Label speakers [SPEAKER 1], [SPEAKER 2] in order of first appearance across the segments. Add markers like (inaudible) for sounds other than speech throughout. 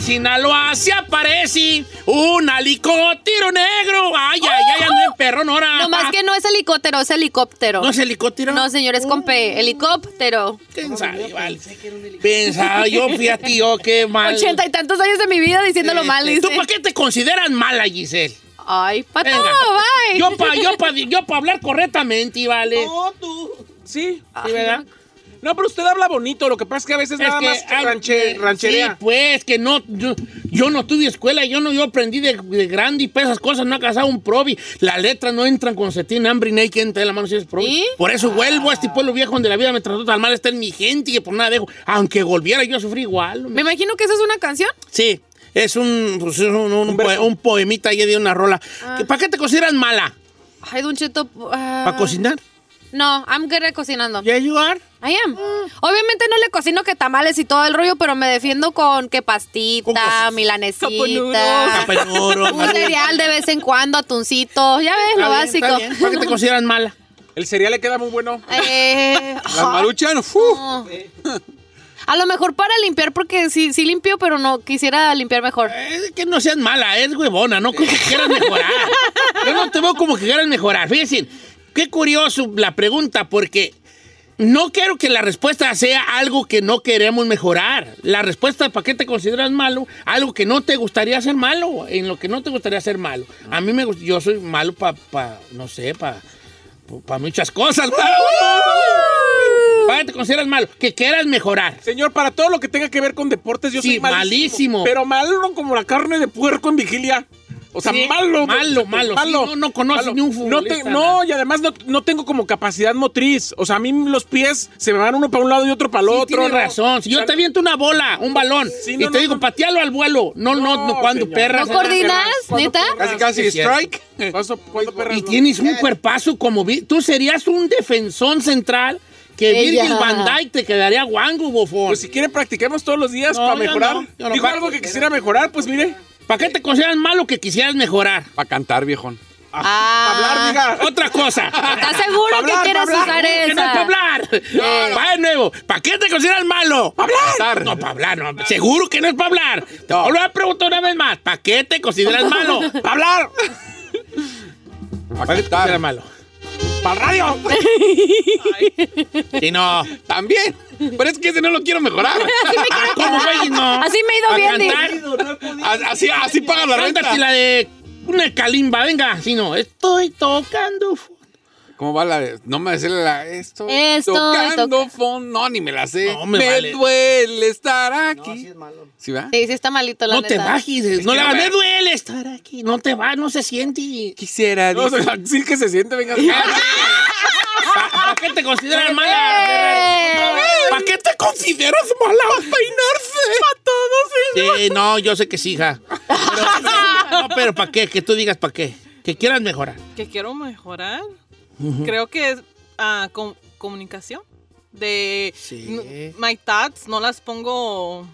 [SPEAKER 1] Sinaloa se aparece un helicóptero negro. Ay, ay, ay, ando en perro, Nora.
[SPEAKER 2] No más que no es helicóptero, es helicóptero.
[SPEAKER 1] ¿No Mm. es helicóptero?
[SPEAKER 2] No, señor, es con P. Helicóptero.
[SPEAKER 1] ¿Quién sabe, vale? Pensaba yo, fíjate yo, qué mal.
[SPEAKER 2] Ochenta y tantos años de mi vida diciéndolo mal,
[SPEAKER 1] Este,
[SPEAKER 2] dice.
[SPEAKER 1] ¿Tú por qué te consideras mala,
[SPEAKER 2] (laughs)
[SPEAKER 1] Giselle?
[SPEAKER 2] Ay, pato,
[SPEAKER 1] Venga.
[SPEAKER 2] bye. Oh,
[SPEAKER 1] Yo para yo pa, yo pa hablar correctamente, ¿vale?
[SPEAKER 3] No, tú. Sí.
[SPEAKER 1] ¿Sí, verdad?
[SPEAKER 3] No, pero usted habla bonito. Lo que pasa es que a veces nada más
[SPEAKER 1] ah,
[SPEAKER 3] ranche-
[SPEAKER 1] eh,
[SPEAKER 3] rancherea.
[SPEAKER 1] Sí, pues, que no, yo, yo no tuve escuela, yo no, yo aprendí de, de grande y pues esas cosas no ha casado un probi. Las letras no entran con setín, hambre y que entra de la mano si es probi.
[SPEAKER 2] ¿Y?
[SPEAKER 1] Por eso vuelvo a este pueblo viejo donde la vida me trató tan mal, está en mi gente y que por nada dejo. Aunque volviera yo a sufrir igual. hombre.
[SPEAKER 2] Me imagino que esa es una canción.
[SPEAKER 1] Sí, es un, pues, es un, un- un
[SPEAKER 3] verso.
[SPEAKER 1] poe- un poemita ahí de una rola. ¿Que- ¿Para qué te consideras mala?
[SPEAKER 2] Ay, Don Cheto. ah.
[SPEAKER 1] ¿Para cocinar?
[SPEAKER 2] No, I'm good cocinando.
[SPEAKER 1] ¿Ya ayudar?
[SPEAKER 2] I am. Obviamente no le cocino que tamales y todo el rollo, pero me defiendo con que
[SPEAKER 1] Con
[SPEAKER 2] pastita,
[SPEAKER 1] cosas.
[SPEAKER 2] milanesita,
[SPEAKER 1] Ah,
[SPEAKER 3] Caponudos.
[SPEAKER 1] Capenoro,
[SPEAKER 2] un
[SPEAKER 1] María.
[SPEAKER 2] cereal de vez en cuando, atuncito. Ya ves, lo
[SPEAKER 1] Está bien,
[SPEAKER 2] básico.
[SPEAKER 1] está bien. ¿Para qué te consideras mala?
[SPEAKER 3] El cereal le queda muy bueno.
[SPEAKER 2] (laughs) Eh,
[SPEAKER 3] Las maruchan, ¡fu!
[SPEAKER 2] no. A lo mejor para limpiar, porque sí, sí limpio, pero no quisiera limpiar mejor.
[SPEAKER 1] Es que no seas mala, es huevona, no como que quieras mejorar. Yo no te veo como que quieras mejorar. Fíjense, qué curioso la pregunta, porque no quiero que la respuesta sea algo que no queremos mejorar. La respuesta para qué te consideras malo, algo que no te gustaría ser malo, en lo que no te gustaría ser malo. A mí me gusta, yo soy malo para, no sé, para muchas cosas. ¿Para qué te consideras malo? Que quieras mejorar.
[SPEAKER 3] Señor, para todo lo que tenga que ver con deportes, yo
[SPEAKER 1] Sí,
[SPEAKER 3] soy malísimo.
[SPEAKER 1] malísimo.
[SPEAKER 3] Pero malo como la carne de puerco en vigilia. O sea,
[SPEAKER 1] Sí,
[SPEAKER 3] malo.
[SPEAKER 1] malo, malo, sí, no- no conoces ni un
[SPEAKER 3] No, te-
[SPEAKER 1] futbolista,
[SPEAKER 3] no,
[SPEAKER 1] nada.
[SPEAKER 3] y además no, no tengo como capacidad motriz. O sea, a mí los pies se me van uno para un lado y otro para el
[SPEAKER 1] Sí,
[SPEAKER 3] otro.
[SPEAKER 1] tienes
[SPEAKER 3] ¿no?
[SPEAKER 1] razón. Si yo
[SPEAKER 3] O sea,
[SPEAKER 1] te aviento una bola, un balón,
[SPEAKER 3] Sí,
[SPEAKER 1] y
[SPEAKER 3] no,
[SPEAKER 1] te
[SPEAKER 3] no,
[SPEAKER 1] digo,
[SPEAKER 3] no.
[SPEAKER 1] patealo al vuelo. No, no, no,
[SPEAKER 3] No,
[SPEAKER 1] cuando
[SPEAKER 3] señor.
[SPEAKER 1] perras.
[SPEAKER 2] ¿No coordinas,
[SPEAKER 3] ¿Cuándo
[SPEAKER 2] neta?
[SPEAKER 3] perras?
[SPEAKER 4] Casi, casi,
[SPEAKER 1] Sí, es cierto.
[SPEAKER 4] strike.
[SPEAKER 3] ¿Cuándo- cuándo perras
[SPEAKER 1] Y
[SPEAKER 3] no?
[SPEAKER 1] tienes
[SPEAKER 2] Eh.
[SPEAKER 1] un cuerpazo como... vi- Tú serías un defensor central que
[SPEAKER 2] Ella.
[SPEAKER 1] Virgil van Dijk te quedaría guango, bofón.
[SPEAKER 3] Pues si quiere practiquemos todos los días
[SPEAKER 1] No,
[SPEAKER 3] para
[SPEAKER 1] yo
[SPEAKER 3] mejorar.
[SPEAKER 1] no, yo no
[SPEAKER 3] Digo
[SPEAKER 1] pa-
[SPEAKER 3] algo que quisiera mejorar, pues mire.
[SPEAKER 1] ¿Para qué te consideras malo que quisieras mejorar?
[SPEAKER 4] Para cantar, viejón.
[SPEAKER 2] Ah.
[SPEAKER 3] Hablar, diga.
[SPEAKER 1] Otra cosa.
[SPEAKER 2] (laughs) ¿Estás
[SPEAKER 1] (laughs)
[SPEAKER 2] seguro
[SPEAKER 3] Pa' hablar,
[SPEAKER 2] que
[SPEAKER 3] pa'
[SPEAKER 2] quieres
[SPEAKER 3] hablar,
[SPEAKER 2] usar
[SPEAKER 1] Que no es
[SPEAKER 2] esa?
[SPEAKER 1] para hablar. Eh, Va de nuevo. ¿Para qué te consideras malo? ¿Para hablar? No, para hablar. No. Seguro que no es para
[SPEAKER 3] (laughs)
[SPEAKER 1] hablar. Te voy a preguntar una vez más. ¿Para qué te consideras malo?
[SPEAKER 3] (laughs) Para hablar.
[SPEAKER 4] Para
[SPEAKER 1] Era
[SPEAKER 4] cantar.
[SPEAKER 1] malo.
[SPEAKER 3] Para radio.
[SPEAKER 1] Y no.
[SPEAKER 4] También. Pero es que ese no lo
[SPEAKER 3] (laughs)
[SPEAKER 4] quiero mejorar.
[SPEAKER 1] Ah, ¿Cómo, güey? No.
[SPEAKER 2] Así me ha ido
[SPEAKER 1] ¿Pa'
[SPEAKER 2] bien, Di.
[SPEAKER 1] cantar?
[SPEAKER 4] A- Así, así paga la renta.
[SPEAKER 1] Cántate la de una calimba, venga, si no, estoy tocando. fu-
[SPEAKER 4] ¿Cómo va la de.? No me sé la. Esto.
[SPEAKER 2] Estoy
[SPEAKER 4] tocando fondo. No, ni me la sé.
[SPEAKER 1] No, me vale.
[SPEAKER 4] duele estar aquí. ¿Sí va?
[SPEAKER 2] Sí, sí está malito, la
[SPEAKER 1] No
[SPEAKER 2] neta.
[SPEAKER 1] te bajes, no
[SPEAKER 4] que
[SPEAKER 1] la
[SPEAKER 4] no me-
[SPEAKER 1] me duele estar aquí, no te va, no se siente.
[SPEAKER 4] Quisiera.
[SPEAKER 3] No, o
[SPEAKER 4] dice-
[SPEAKER 3] sea, sí que se siente,
[SPEAKER 4] (laughs)
[SPEAKER 3] venga. Ah,
[SPEAKER 1] ¿Para qué te consideras mala?
[SPEAKER 2] ¡Eh!
[SPEAKER 1] ¿Para qué te consideras mala? Para peinarse. todos. Sí, no, yo sé que sí, hija. Pero, no, pero ¿para qué? Que tú digas para qué. Que quieras mejorar.
[SPEAKER 5] que quiero mejorar. Creo que es ah, com- comunicación. De
[SPEAKER 1] Sí.
[SPEAKER 5] n- my thoughts, no las pongo.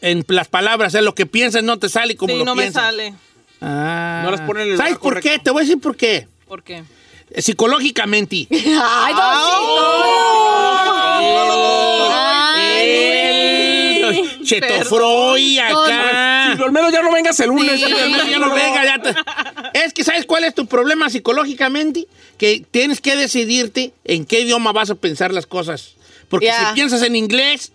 [SPEAKER 1] En las palabras, en lo que piensas no te sale como
[SPEAKER 5] Sí,
[SPEAKER 1] lo
[SPEAKER 5] no
[SPEAKER 1] piensas.
[SPEAKER 5] me sale.
[SPEAKER 1] Ah.
[SPEAKER 3] No las ponen en el
[SPEAKER 1] ¿Sabes
[SPEAKER 3] lugar
[SPEAKER 1] por qué?
[SPEAKER 3] correcto.
[SPEAKER 1] Te voy a decir por qué.
[SPEAKER 5] ¿Por qué?
[SPEAKER 1] Eh, Psicológicamente.
[SPEAKER 2] ¡Ay,
[SPEAKER 1] Eh. El-
[SPEAKER 2] Ay,
[SPEAKER 1] los Chetofroy acá.
[SPEAKER 3] Si al menos ya no vengas el lunes.
[SPEAKER 2] Sí.
[SPEAKER 1] No, ya no venga, ya te- Es que ¿sabes cuál es tu problema psicológicamente? Que tienes que decidirte en qué idioma vas a pensar las cosas. Porque
[SPEAKER 2] Ya.
[SPEAKER 1] si piensas en inglés,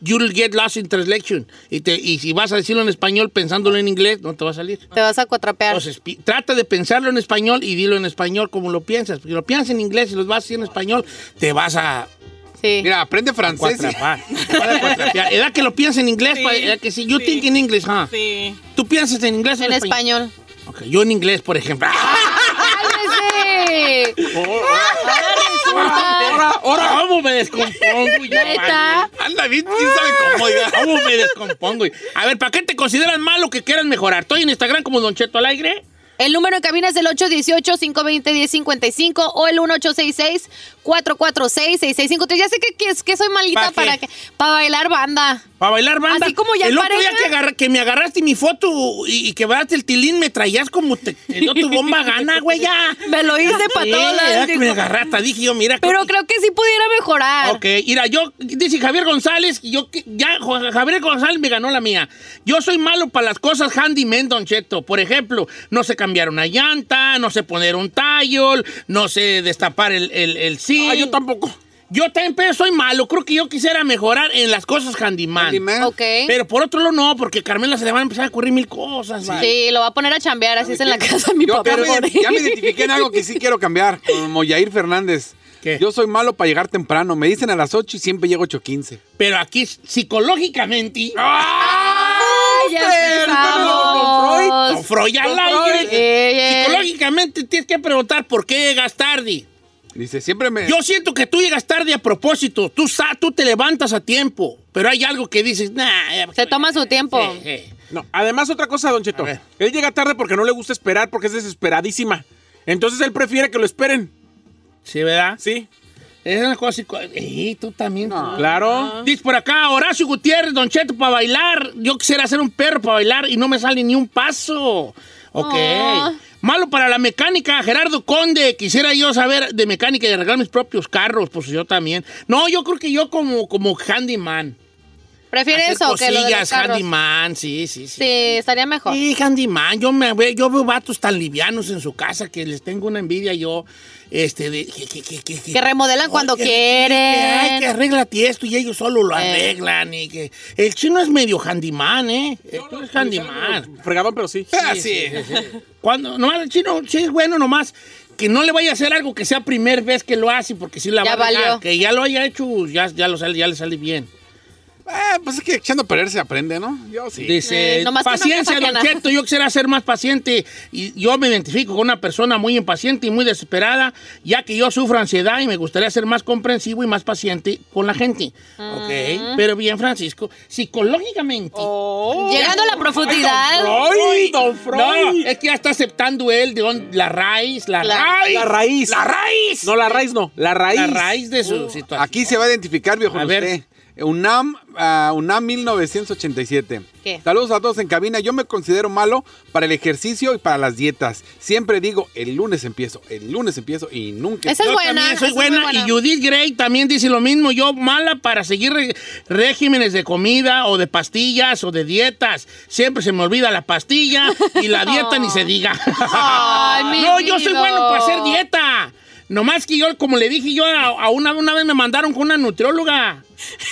[SPEAKER 1] you'll get lost in translation. Y, te- y si vas a decirlo en español pensándolo en inglés, no te va a salir.
[SPEAKER 2] Te vas a cuatrapear.
[SPEAKER 1] Entonces, pi- trata de pensarlo en español y dilo en español como lo piensas. Si lo piensas en inglés y lo vas a decir en español, te vas a
[SPEAKER 2] Sí.
[SPEAKER 4] Mira, aprende francés.
[SPEAKER 1] (laughs) cuatrapar. Te vas a cuatrapear. Edad que lo piensas en inglés,
[SPEAKER 5] Sí,
[SPEAKER 1] pa- edad que sí. You
[SPEAKER 5] sí.
[SPEAKER 1] think in English, huh?
[SPEAKER 5] Sí.
[SPEAKER 1] ¿Tú piensas en inglés o
[SPEAKER 2] En español.
[SPEAKER 1] Ok, yo en inglés, por
[SPEAKER 5] (laughs)
[SPEAKER 1] ejemplo. Ah,
[SPEAKER 2] ¡Cálmese! ¡Ah,
[SPEAKER 1] Ahora, ahora, ¿cómo me descompongo? yo, vale?
[SPEAKER 2] Neta.
[SPEAKER 1] Anda, bien, quién sabe cómo,
[SPEAKER 5] (laughs)
[SPEAKER 1] ya. ¿Cómo me descompongo? A ver, ¿para qué te consideran malo que quieras mejorar? Estoy en Instagram como Don Cheto al aire.
[SPEAKER 2] El número de cabina es el 818-520-1055 o el 1866 446-6653. Ya sé que, que, es- que soy malita
[SPEAKER 1] ¿Pa
[SPEAKER 2] para
[SPEAKER 1] qué?
[SPEAKER 2] que para bailar banda.
[SPEAKER 1] Para bailar banda.
[SPEAKER 2] Así como ya
[SPEAKER 1] El otro día
[SPEAKER 2] pareja.
[SPEAKER 1] que, agarra- que me agarraste mi foto y, y quebraste el tilín, me traías como te, te dio tu bomba gana, güey,
[SPEAKER 2] (laughs)
[SPEAKER 1] ya.
[SPEAKER 2] Me lo hice
[SPEAKER 1] (laughs)
[SPEAKER 2] para
[SPEAKER 1] Sí,
[SPEAKER 2] todos
[SPEAKER 1] ya
[SPEAKER 2] lados.
[SPEAKER 1] que me agarraste, dije yo, mira.
[SPEAKER 2] Pero
[SPEAKER 1] que-
[SPEAKER 2] creo que sí pudiera mejorar.
[SPEAKER 1] Ok, mira, yo, dice Javier González, yo, que- ya, Jo- Javier González me ganó la mía. Yo soy malo para las cosas handyman, Don Cheto. Por ejemplo, no sé cambiar una llanta, no sé poner un tallo, no sé destapar el, el, el zinc.
[SPEAKER 3] Ah, yo tampoco.
[SPEAKER 1] Yo también pero soy malo, creo que yo quisiera mejorar en las cosas handyman.
[SPEAKER 4] Handyman.
[SPEAKER 2] Ok.
[SPEAKER 1] Pero por otro lado no, porque Carmela se le van a empezar a ocurrir mil cosas. vale.
[SPEAKER 2] Sí, lo va a poner a chambear, así es en la casa mi
[SPEAKER 4] Yo
[SPEAKER 2] papá.
[SPEAKER 4] ya me,
[SPEAKER 2] pobre.
[SPEAKER 4] ya me identifiqué en algo que sí quiero cambiar, como Yair Fernández.
[SPEAKER 1] ¿Qué?
[SPEAKER 4] Yo soy malo para llegar temprano. Me dicen a las 8 y siempre llego 8.15.
[SPEAKER 1] Pero aquí psicológicamente...
[SPEAKER 3] ¡Ah!
[SPEAKER 2] Ay, (laughs) ya empezamos.
[SPEAKER 1] Don Freud al aire.
[SPEAKER 2] Ey, ey.
[SPEAKER 1] Psicológicamente tienes que preguntar por qué llegas tarde.
[SPEAKER 4] Dice, siempre me...
[SPEAKER 1] Yo siento que tú llegas tarde a propósito. Tú, sa- tú te levantas a tiempo. Pero hay algo que dices, nah. eh,
[SPEAKER 2] Se toma su tiempo.
[SPEAKER 1] eh, eh.
[SPEAKER 3] No, además otra cosa, Don Cheto.
[SPEAKER 1] A ver.
[SPEAKER 3] Él llega tarde porque no le gusta esperar, porque es desesperadísima. Entonces él prefiere que lo esperen.
[SPEAKER 1] Sí, ¿verdad?
[SPEAKER 3] Sí,
[SPEAKER 1] Es una cosa. psico- Eh, tú también. tú.
[SPEAKER 3] claro.
[SPEAKER 1] Dice por acá, Horacio Gutiérrez, Don Cheto, para bailar. Yo quisiera ser un perro para bailar y no me sale ni un paso. Ok.
[SPEAKER 2] Aw.
[SPEAKER 1] Malo para la mecánica, Gerardo Conde. Quisiera yo saber de mecánica y arreglar mis propios carros, pues yo también. No, yo creo que yo como, como handyman.
[SPEAKER 2] ¿Prefiere
[SPEAKER 1] Hacer
[SPEAKER 2] eso que lo de los
[SPEAKER 1] cosillas,
[SPEAKER 2] carros?
[SPEAKER 1] handyman, sí, sí, sí.
[SPEAKER 2] Sí, estaría mejor.
[SPEAKER 1] Sí, handyman, yo, me, ve- yo veo vatos tan livianos en su casa que les tengo una envidia yo, este, de... Que, que- que- que-
[SPEAKER 2] Que remodelan cuando
[SPEAKER 1] que-
[SPEAKER 2] quieren.
[SPEAKER 1] que- Ay, que arréglate esto y ellos solo lo
[SPEAKER 2] Eh.
[SPEAKER 1] arreglan y que... El chino es medio handyman, ¿eh? El chino es handyman.
[SPEAKER 3] Fregadón, pero sí.
[SPEAKER 4] Ah, sí.
[SPEAKER 1] Cuando, nomás el chino, sí es bueno nomás que no le vaya a hacer algo que sea primera vez que lo hace porque si la
[SPEAKER 2] Ya
[SPEAKER 1] va a regar.
[SPEAKER 2] valió.
[SPEAKER 1] Que ya lo haya hecho, ya, ya, lo sale, ya le sale bien.
[SPEAKER 4] Eh, pues es que echando a perder se aprende, ¿no? Yo sí.
[SPEAKER 1] Dice,
[SPEAKER 2] Eh, nomás que no
[SPEAKER 1] paciencia,
[SPEAKER 2] seas
[SPEAKER 1] don
[SPEAKER 2] ajena".
[SPEAKER 1] Cheto, yo quisiera ser más paciente y yo me identifico con una persona muy impaciente y muy desesperada, ya que yo sufro ansiedad y me gustaría ser más comprensivo y más paciente con la gente. Ok. Pero bien, Francisco, psicológicamente...
[SPEAKER 5] Oh.
[SPEAKER 2] Llegando a la profundidad.
[SPEAKER 3] Freud, don
[SPEAKER 1] No,
[SPEAKER 3] Freud.
[SPEAKER 1] es que ya está aceptando él de dónde- la raíz, la,
[SPEAKER 2] La-
[SPEAKER 1] raíz.
[SPEAKER 3] la raíz.
[SPEAKER 1] La raíz.
[SPEAKER 3] No, la raíz no, la raíz.
[SPEAKER 1] La raíz de su situación.
[SPEAKER 4] Aquí se va a identificar, viejo,
[SPEAKER 1] A
[SPEAKER 4] usted.
[SPEAKER 1] ver.
[SPEAKER 4] UNAM, ah, UNAM 1987.
[SPEAKER 2] ¿Qué?
[SPEAKER 4] Saludos a todos en cabina. Yo me considero malo para el ejercicio y para las dietas. Siempre digo, el lunes empiezo, el lunes empiezo y nunca.
[SPEAKER 2] Esa es
[SPEAKER 1] Yo
[SPEAKER 2] buena.
[SPEAKER 1] también soy
[SPEAKER 2] esa es muy
[SPEAKER 1] buena, Y Judith Gray también dice lo mismo. Yo mala para seguir re- regímenes de comida o de pastillas o de dietas. Siempre se me olvida la pastilla y
[SPEAKER 2] (laughs)
[SPEAKER 1] la dieta ni se diga.
[SPEAKER 2] Ay, mi
[SPEAKER 1] no, yo soy
[SPEAKER 2] vida.
[SPEAKER 1] bueno para hacer dieta. Nomás que yo, como le dije yo, a, a una, una vez me mandaron con una nutrióloga.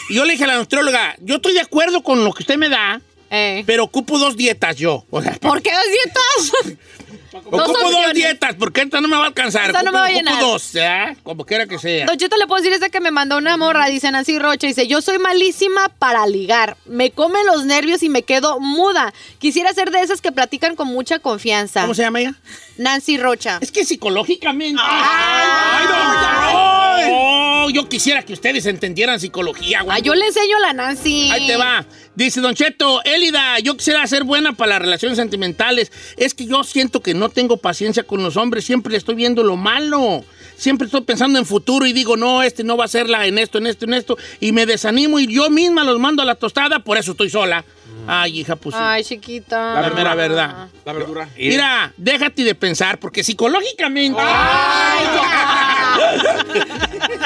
[SPEAKER 1] Y yo le dije a la nutrióloga, yo estoy de acuerdo con lo que usted me da,
[SPEAKER 2] Eh.
[SPEAKER 1] pero ocupo dos dietas yo. O sea,
[SPEAKER 2] ¿Por qué dos dietas? dos
[SPEAKER 1] (laughs) ocupo dos
[SPEAKER 2] opciones.
[SPEAKER 1] dietas porque esta no me va a alcanzar.
[SPEAKER 2] Esta no me va a
[SPEAKER 1] Ocupo- ocupo
[SPEAKER 2] llenar.
[SPEAKER 1] dos, ¿verdad? Como quiera que sea.
[SPEAKER 2] Don Cheto, le puedo decir esta que me mandó una morra, dice Nancy Rocha, dice, yo soy malísima para ligar, me comen los nervios y me quedo muda. Quisiera ser de esas que platican con mucha confianza.
[SPEAKER 1] ¿Cómo se llama ella?
[SPEAKER 2] Nancy Rocha.
[SPEAKER 1] Es que psicológicamente.
[SPEAKER 2] Ay,
[SPEAKER 1] ¡Ay, don Freud! Oh, yo quisiera que ustedes entendieran psicología, güey.
[SPEAKER 2] Ah, yo le enseño a la Nancy.
[SPEAKER 1] Ahí te va. Dice Don Cheto, Elida, yo quisiera ser buena para las relaciones sentimentales. Es que yo siento que no tengo paciencia con los hombres. Siempre le estoy viendo lo malo. Siempre estoy pensando en futuro y digo, no, este no va a ser la en esto, en esto, en esto. Y me desanimo y yo misma los mando a la tostada. Por eso estoy sola. Ay, hija, pues. sí.
[SPEAKER 2] Mm. Ay, chiquita.
[SPEAKER 1] la mera verdad.
[SPEAKER 3] La verdura.
[SPEAKER 1] Mira, déjate de pensar, porque psicológicamente.
[SPEAKER 2] Ay,
[SPEAKER 1] (laughs)
[SPEAKER 2] ya.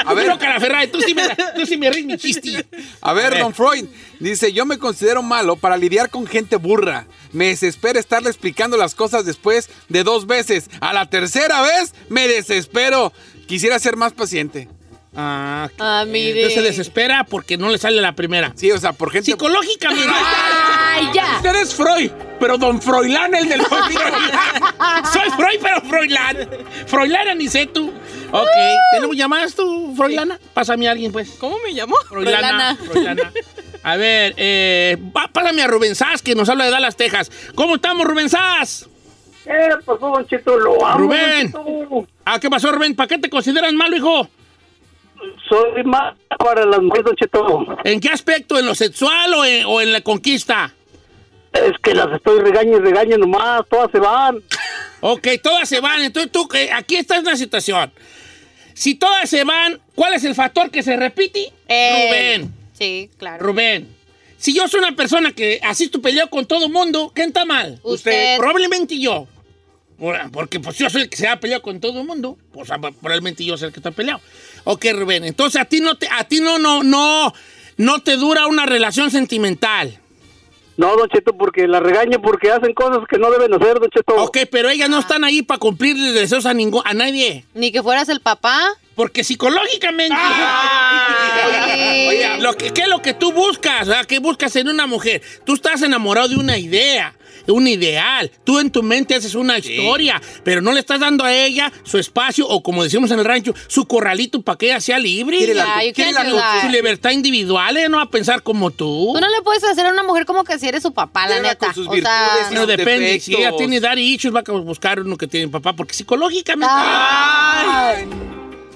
[SPEAKER 4] A ver,
[SPEAKER 1] Pero, Calaferrari, tú sí me, tú sí me ríes mi chiste.
[SPEAKER 4] a ver,
[SPEAKER 1] A ver.
[SPEAKER 4] don Freud. Dice, yo me considero malo para lidiar con gente burra. Me desespera estarle explicando las cosas después de dos veces. A la tercera vez me desespero. Quisiera ser más paciente.
[SPEAKER 1] Ah,
[SPEAKER 2] Ah, mire.
[SPEAKER 1] Entonces se desespera porque no le sale la primera.
[SPEAKER 4] Sí, o sea, por gente...
[SPEAKER 1] Psicológicamente.
[SPEAKER 2] Ay, ya.
[SPEAKER 3] Usted es Freud, pero don Froilán, el
[SPEAKER 4] (laughs)
[SPEAKER 3] del
[SPEAKER 1] Soy Freud, pero Froilán. Froilana, ni sé tú. Ok, ¿tenemos llamadas tú, Froilana? Pásame a alguien, pues.
[SPEAKER 5] ¿Cómo me llamó?
[SPEAKER 1] Froilana. Froilana. A ver, eh, va- pásame a Rubén Sass, que nos habla de Dallas, Texas. ¿Cómo estamos, Rubén Sass?
[SPEAKER 6] ¿Qué pasó, Eh, pues, Don Cheto? Lo amo.
[SPEAKER 1] Rubén.
[SPEAKER 6] Don Cheto.
[SPEAKER 1] ¿A Ah, qué pasó, Rubén? ¿Para qué te consideras malo, hijo?
[SPEAKER 6] Soy más para las mujeres, Don Cheto.
[SPEAKER 1] ¿En qué aspecto? ¿En lo sexual o en, o en la conquista?
[SPEAKER 6] Es que las estoy regañando y regañando nomás, todas se van.
[SPEAKER 1] Ok, todas se van. Entonces tú, eh, aquí está una situación. Si todas se van, ¿cuál es el factor que se repite?
[SPEAKER 2] Eh,
[SPEAKER 1] Rubén.
[SPEAKER 2] Sí, claro.
[SPEAKER 1] Rubén. Si yo soy una persona que así tu peleo con todo mundo, ¿quién está mal?
[SPEAKER 2] Usted.
[SPEAKER 1] Probablemente yo. Por- Porque pues yo soy el que se ha peleado con todo el mundo. Pues ah, probablemente yo soy el que está peleado. Ok, Rubén. Entonces a ti no te, a ti no, no, no, no te dura una relación sentimental.
[SPEAKER 6] No, Don Cheto, porque la regaña porque hacen cosas que no deben hacer, Don Cheto.
[SPEAKER 1] Ok, pero ellas no están ahí para cumplirle deseos a ningún, a nadie.
[SPEAKER 2] Ni que fueras el papá.
[SPEAKER 1] Porque psicológicamente.
[SPEAKER 2] Sí.
[SPEAKER 1] Oye, lo que, ¿qué es lo que tú buscas? ah? ¿Qué buscas en una mujer? Tú estás enamorado de una idea, de un ideal. Tú en tu mente haces una historia, pero no le estás dando a ella su espacio o, como decimos en el rancho, su corralito para que ella sea libre.
[SPEAKER 4] Quiere la-
[SPEAKER 2] Yeah, you
[SPEAKER 4] quiere
[SPEAKER 2] can't
[SPEAKER 4] la
[SPEAKER 2] do that.
[SPEAKER 1] Su libertad individual, ella no va a pensar como tú.
[SPEAKER 2] Tú no le puedes hacer a una mujer como que si eres su papá, la
[SPEAKER 4] Llévala
[SPEAKER 2] neta.
[SPEAKER 4] con sus
[SPEAKER 2] o sea,
[SPEAKER 4] virtudes y
[SPEAKER 1] No, depende.
[SPEAKER 4] defectos.
[SPEAKER 1] Si ella tiene daddy issues, va a buscar uno que tiene papá, porque psicológicamente.
[SPEAKER 2] Ay.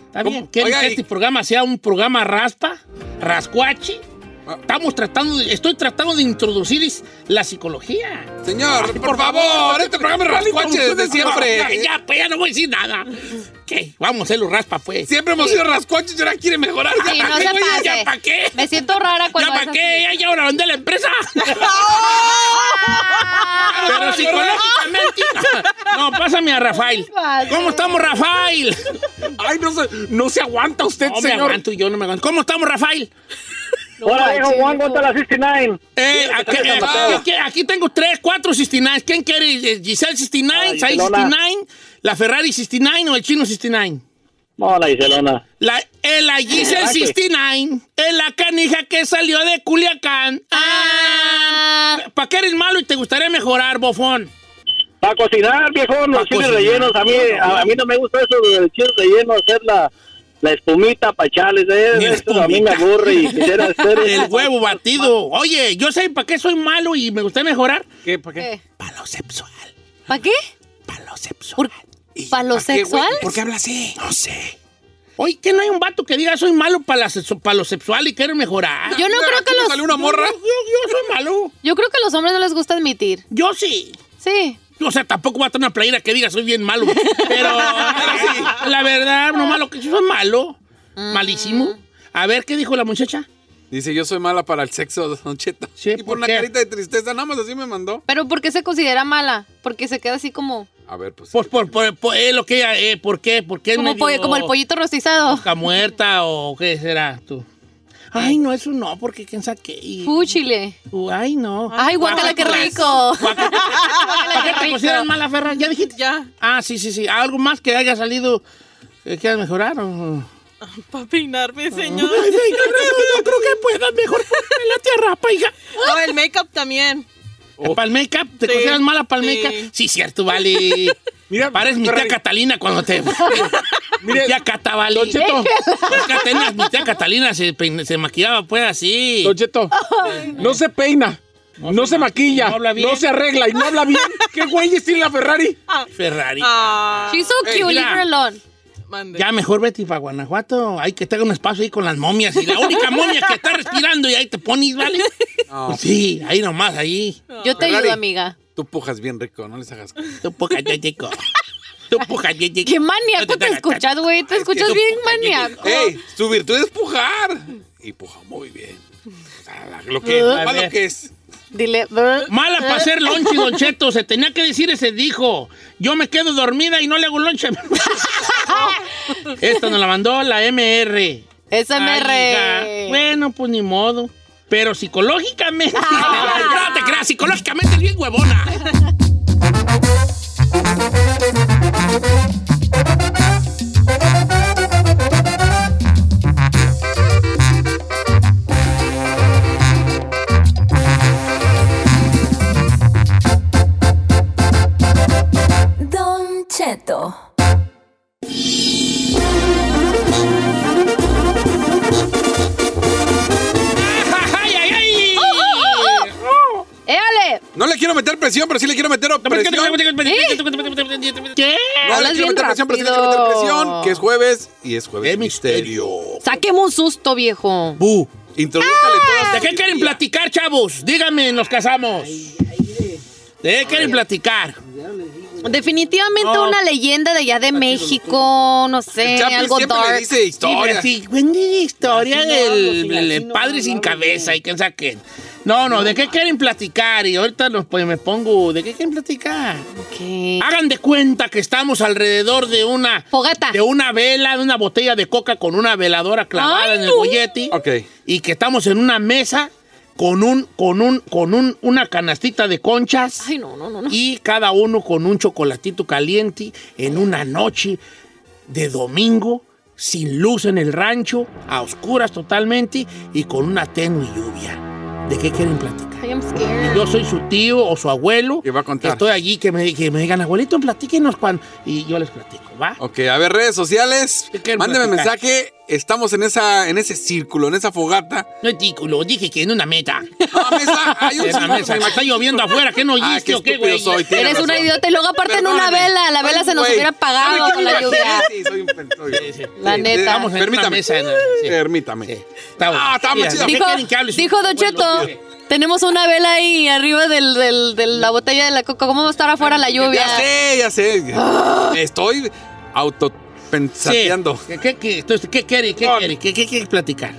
[SPEAKER 1] Está bien.
[SPEAKER 4] ¿Cómo?
[SPEAKER 1] ¿Quieren
[SPEAKER 4] Oiga,
[SPEAKER 1] que
[SPEAKER 4] y-
[SPEAKER 1] este programa sea un programa raspa? ¿Rascuache?
[SPEAKER 4] Ah.
[SPEAKER 1] Estamos tratando, de- estoy tratando de introducir is- la psicología.
[SPEAKER 4] Señor, por, favor, este programa es rascuache desde
[SPEAKER 1] Ya,
[SPEAKER 4] siempre.
[SPEAKER 1] ya, pues ya no voy a decir nada. ¿Qué? Vamos a hacerlo raspa, pues.
[SPEAKER 4] Siempre hemos sido rascuaches y ahora quiere mejorar.
[SPEAKER 2] Sí, no
[SPEAKER 1] Ay,
[SPEAKER 2] se
[SPEAKER 1] güey,
[SPEAKER 2] pase.
[SPEAKER 1] ¿ya pa' qué?
[SPEAKER 2] Me siento rara
[SPEAKER 1] ¿Ya
[SPEAKER 2] cuando.
[SPEAKER 1] para
[SPEAKER 2] es así.
[SPEAKER 1] qué? Ya, ya ahora vendé la
[SPEAKER 4] (laughs)
[SPEAKER 1] empresa.
[SPEAKER 4] ¡Oh!
[SPEAKER 2] Ah,
[SPEAKER 1] Pero psicológicamente. No, pásame a Rafael.
[SPEAKER 2] Pase.
[SPEAKER 1] ¿Cómo estamos, Rafael?
[SPEAKER 3] Ay, no se, no se aguanta usted,
[SPEAKER 1] No me
[SPEAKER 3] señor.
[SPEAKER 1] aguanto, yo no me aguanto. ¿Cómo estamos, Rafael?
[SPEAKER 6] Hola, hijo Juan,
[SPEAKER 2] chico.
[SPEAKER 6] ¿cómo está la 69?
[SPEAKER 1] Eh, aquí,
[SPEAKER 6] San
[SPEAKER 1] eh,
[SPEAKER 6] Mateo.
[SPEAKER 1] aquí- aquí tengo tres, cuatro 69. ¿Quién quiere? Eh, ¿Giselle 69?
[SPEAKER 6] Ay,
[SPEAKER 1] ¿Sai
[SPEAKER 6] Gisela.
[SPEAKER 1] 69? ¿La Ferrari 69 o el chino 69?
[SPEAKER 6] No, la Iselona.
[SPEAKER 1] La, eh, la Giselle
[SPEAKER 6] Ah, sí.
[SPEAKER 1] 69 es la canija que salió de Culiacán.
[SPEAKER 2] Ah.
[SPEAKER 1] ¿Para qué eres malo y te gustaría mejorar, bofón?
[SPEAKER 6] Para cocinar, viejo,
[SPEAKER 1] Pa'
[SPEAKER 6] los chiles
[SPEAKER 1] cocinar.
[SPEAKER 6] rellenos. A mí, a, a mí no me gusta eso de chiles rellenos, hacer la, la espumita para echarles. eh,
[SPEAKER 1] Ni
[SPEAKER 6] eso a mí me
[SPEAKER 1] espumita.
[SPEAKER 6] aburre
[SPEAKER 1] (laughs)
[SPEAKER 6] y quisiera hacer... (laughs)
[SPEAKER 1] El huevo batido. Oye, yo sé para qué soy malo y me gustaría mejorar.
[SPEAKER 3] ¿Qué? ¿Para qué?
[SPEAKER 1] Para lo sexual.
[SPEAKER 2] ¿Para qué?
[SPEAKER 1] Para lo sexual.
[SPEAKER 2] ¿Por- ¿Para lo sexual?
[SPEAKER 3] ¿Por qué habla así?
[SPEAKER 1] No sé. Oye, que no hay un vato que diga soy malo para lo sexual y quiero mejorar. Ah,
[SPEAKER 2] Yo no creo que
[SPEAKER 4] ¿Aquí me
[SPEAKER 2] los.
[SPEAKER 4] salió una morra?
[SPEAKER 1] Yo, yo soy malo.
[SPEAKER 2] Yo creo que los hombres no les gusta admitir.
[SPEAKER 1] Yo sí.
[SPEAKER 2] Sí.
[SPEAKER 1] O sea, tampoco va a tener una playera que diga soy bien malo. Pero sí, la verdad, no malo que yo soy malo. Mm. Malísimo. A ver, ¿qué dijo la muchacha?
[SPEAKER 4] Dice, yo soy mala para el sexo, Don Cheto.
[SPEAKER 1] Sí,
[SPEAKER 4] y
[SPEAKER 1] ¿por
[SPEAKER 4] por una
[SPEAKER 1] qué?
[SPEAKER 4] carita de tristeza, nada más así me mandó.
[SPEAKER 2] Pero ¿por qué se considera mala? Porque se queda así como.
[SPEAKER 4] A ver, pues.
[SPEAKER 1] Pues por, por, por- eh, lo que ella, eh, ¿por qué? ¿Por qué
[SPEAKER 2] Como,
[SPEAKER 1] medio
[SPEAKER 2] pollo- como el pollito rostizado.
[SPEAKER 1] boca muerta o qué será tú? Ay, no, eso no, porque quién sabe qué. Y-
[SPEAKER 2] Fúchile.
[SPEAKER 1] Uh, ay, no.
[SPEAKER 2] Ay, guácala, qué rico.
[SPEAKER 1] Guácala. (laughs) ¿Por qué
[SPEAKER 2] Guácala,
[SPEAKER 1] te
[SPEAKER 2] qué
[SPEAKER 1] consideran
[SPEAKER 2] rico.
[SPEAKER 1] mala, Ferra? ¿Ya dijiste?
[SPEAKER 5] (laughs) Ya,
[SPEAKER 1] Ah, sí, sí, sí. ¿Algo más que haya salido eh, que quieras mejorar? o-
[SPEAKER 5] para
[SPEAKER 1] Ah.
[SPEAKER 5] peinarme, señor.
[SPEAKER 1] Ay, señor, no, no creo que puedas mejor ponerme la tierra, pa, hija.
[SPEAKER 5] No, el make-up también.
[SPEAKER 1] ¿Para el make-up? Oh. ¿Te
[SPEAKER 5] Sí.
[SPEAKER 1] consideras mala para el
[SPEAKER 5] Sí.
[SPEAKER 1] make-up? Sí, cierto, vale.
[SPEAKER 3] (laughs) Mira,
[SPEAKER 1] Pares mi tía
[SPEAKER 3] Ferrari.
[SPEAKER 1] Catalina cuando
[SPEAKER 3] (laughs)
[SPEAKER 1] te... Mi
[SPEAKER 3] Mire,
[SPEAKER 1] tía Cata, vale.
[SPEAKER 3] Don Cheto.
[SPEAKER 1] Es que apenas mi tía Catalina se, pein- se maquillaba pues así.
[SPEAKER 3] Don Cheto, no se peina, no, se maquilla,
[SPEAKER 1] no
[SPEAKER 3] no,
[SPEAKER 1] habla bien.
[SPEAKER 3] se arregla y no habla
[SPEAKER 4] (laughs)
[SPEAKER 3] bien. ¿Qué güeyes tiene la Ferrari?
[SPEAKER 1] Ferrari.
[SPEAKER 5] Ah,
[SPEAKER 2] She's so
[SPEAKER 4] Ey,
[SPEAKER 2] cute, leave her
[SPEAKER 1] mira.
[SPEAKER 2] alone.
[SPEAKER 5] mande.
[SPEAKER 1] Ya mejor vete para Guanajuato. Hay que te haga un espacio ahí con las momias. Y la única momia que está respirando y ahí te pones, ¿vale?
[SPEAKER 3] Pues
[SPEAKER 4] No,
[SPEAKER 1] Sí, ahí nomás, ahí.
[SPEAKER 2] Yo te
[SPEAKER 4] Ferrari.
[SPEAKER 2] ayudo, amiga.
[SPEAKER 4] tú pujas bien rico, no les hagas caso.
[SPEAKER 1] Tú poca chico. Tú poca chico.
[SPEAKER 2] Qué maníaco te escuchas, güey. Te escuchas
[SPEAKER 1] yo-
[SPEAKER 2] bien maníaco.
[SPEAKER 4] ¡Ey! Su virtud es pujar. Y puja muy bien. O sea, la- lo que,
[SPEAKER 1] A
[SPEAKER 4] lo
[SPEAKER 1] ver.
[SPEAKER 4] que es.
[SPEAKER 2] Dile.
[SPEAKER 1] Mala para hacer lonche, Don Cheto. Se tenía que decir ese dijo. Yo me quedo dormida y no le hago lonche.
[SPEAKER 2] (laughs)
[SPEAKER 1] Esta nos la mandó la MR.
[SPEAKER 2] SMR.
[SPEAKER 1] Ay, hija. Bueno, pues ni modo. Pero
[SPEAKER 2] (laughs)
[SPEAKER 1] psicológicamente. no te creas, psicológicamente es bien huevona.
[SPEAKER 7] Don Cheto.
[SPEAKER 1] ¡Ay, ay,
[SPEAKER 2] Oh,
[SPEAKER 1] ay!
[SPEAKER 2] ¡Éale!
[SPEAKER 4] No le quiero meter presión, pero sí le quiero meter presión.
[SPEAKER 2] ¿Eh?
[SPEAKER 1] ¿Qué?
[SPEAKER 4] No le
[SPEAKER 2] Hablas
[SPEAKER 4] quiero
[SPEAKER 2] bien
[SPEAKER 4] meter presión, pero sí le quiero
[SPEAKER 2] rápido.
[SPEAKER 4] meter presión. Que es jueves y es jueves
[SPEAKER 1] ¡Qué
[SPEAKER 4] de
[SPEAKER 1] misterio!
[SPEAKER 4] misterio.
[SPEAKER 2] Saquemos un susto, viejo.
[SPEAKER 4] Bu, introdúzcale todas
[SPEAKER 1] ¿De
[SPEAKER 4] sus
[SPEAKER 1] qué quieren
[SPEAKER 4] ideas.
[SPEAKER 1] platicar, chavos? Díganme, nos casamos. Eh, quieren platicar.
[SPEAKER 2] Definitivamente
[SPEAKER 1] No.
[SPEAKER 2] una leyenda de allá de México, no sé,
[SPEAKER 4] Chapis
[SPEAKER 2] algo
[SPEAKER 4] siempre le
[SPEAKER 2] dark.
[SPEAKER 4] dice historias.
[SPEAKER 1] Sí, pero sí, vende historia
[SPEAKER 8] Así no hablo,
[SPEAKER 1] del
[SPEAKER 8] sí, así
[SPEAKER 1] del
[SPEAKER 8] no
[SPEAKER 1] padre
[SPEAKER 8] hablo,
[SPEAKER 1] sin
[SPEAKER 8] hablo
[SPEAKER 1] cabeza
[SPEAKER 8] bien.
[SPEAKER 1] y quién sabe qué. No, no, ¿de qué quieren platicar? Y ahorita los, pues, me pongo, ¿de qué quieren platicar?
[SPEAKER 2] Ok.
[SPEAKER 1] Hagan de cuenta que estamos alrededor de una
[SPEAKER 2] Fogata.
[SPEAKER 1] de una vela, de una botella de coca con una veladora clavada
[SPEAKER 2] Ay,
[SPEAKER 1] en el
[SPEAKER 2] no.
[SPEAKER 1] bollete
[SPEAKER 4] Ok.
[SPEAKER 1] y que estamos en una mesa con un con un con un una canastita de conchas
[SPEAKER 2] Ay, no, no, no, no.
[SPEAKER 1] y cada uno con un chocolatito caliente en una noche de domingo sin luz en el rancho, a oscuras totalmente y con una tenue lluvia. ¿De qué quieren platicar?
[SPEAKER 2] I am scared.
[SPEAKER 1] Yo soy su tío o su abuelo.
[SPEAKER 4] Y va a contar.
[SPEAKER 1] Estoy allí que me, que me digan, abuelito, platíquenos cuando. Y yo les platico, ¿va?
[SPEAKER 4] Ok, a ver, redes sociales.
[SPEAKER 1] ¿Qué quieren
[SPEAKER 4] Mándeme
[SPEAKER 1] platicar?
[SPEAKER 4] mensaje. Estamos en esa, en ese círculo, en esa fogata.
[SPEAKER 1] No es tículo, dije que en una meta.
[SPEAKER 4] (laughs) No, mesa, hay un
[SPEAKER 1] En una
[SPEAKER 4] círculo,
[SPEAKER 1] mesa.
[SPEAKER 4] me imagino.
[SPEAKER 1] Está lloviendo afuera, ¿qué no
[SPEAKER 4] Ah,
[SPEAKER 1] oíste
[SPEAKER 4] qué
[SPEAKER 1] o qué,
[SPEAKER 4] estúpido
[SPEAKER 1] güey?
[SPEAKER 4] soy, tienes
[SPEAKER 2] Eres una
[SPEAKER 4] razón.
[SPEAKER 2] idiota y luego aparte en una
[SPEAKER 4] Perdóname.
[SPEAKER 2] vela. La vela
[SPEAKER 4] Ay,
[SPEAKER 2] se nos
[SPEAKER 4] güey.
[SPEAKER 2] hubiera
[SPEAKER 4] ¿Sabe
[SPEAKER 2] apagado
[SPEAKER 4] qué
[SPEAKER 2] con la
[SPEAKER 4] me
[SPEAKER 2] lluvia.
[SPEAKER 4] Sí, soy un pendejo.
[SPEAKER 1] Sí, sí.
[SPEAKER 2] La neta.
[SPEAKER 1] Estamos en
[SPEAKER 4] Permítame. Eh,
[SPEAKER 1] una mesa. en- sí.
[SPEAKER 4] Permítame.
[SPEAKER 1] Sí. Está bueno.
[SPEAKER 4] Ah, está
[SPEAKER 1] Mira,
[SPEAKER 4] machista.
[SPEAKER 1] ¿de qué
[SPEAKER 2] Dijo,
[SPEAKER 1] quieren que hable su
[SPEAKER 2] dijo Don
[SPEAKER 1] abuelo?
[SPEAKER 2] Cheto,
[SPEAKER 1] Mire.
[SPEAKER 2] tenemos una vela ahí arriba del, del- de la botella de la coca. ¿Cómo va a estar afuera la lluvia? Ah.
[SPEAKER 4] Ya sé, ya sé. Estoy autopensateando.
[SPEAKER 1] Sí. ¿Qué, qué, qué, entonces, ¿qué quiere? ¿Qué
[SPEAKER 4] Ah.
[SPEAKER 1] quiere? ¿Qué, qué quiere platicar?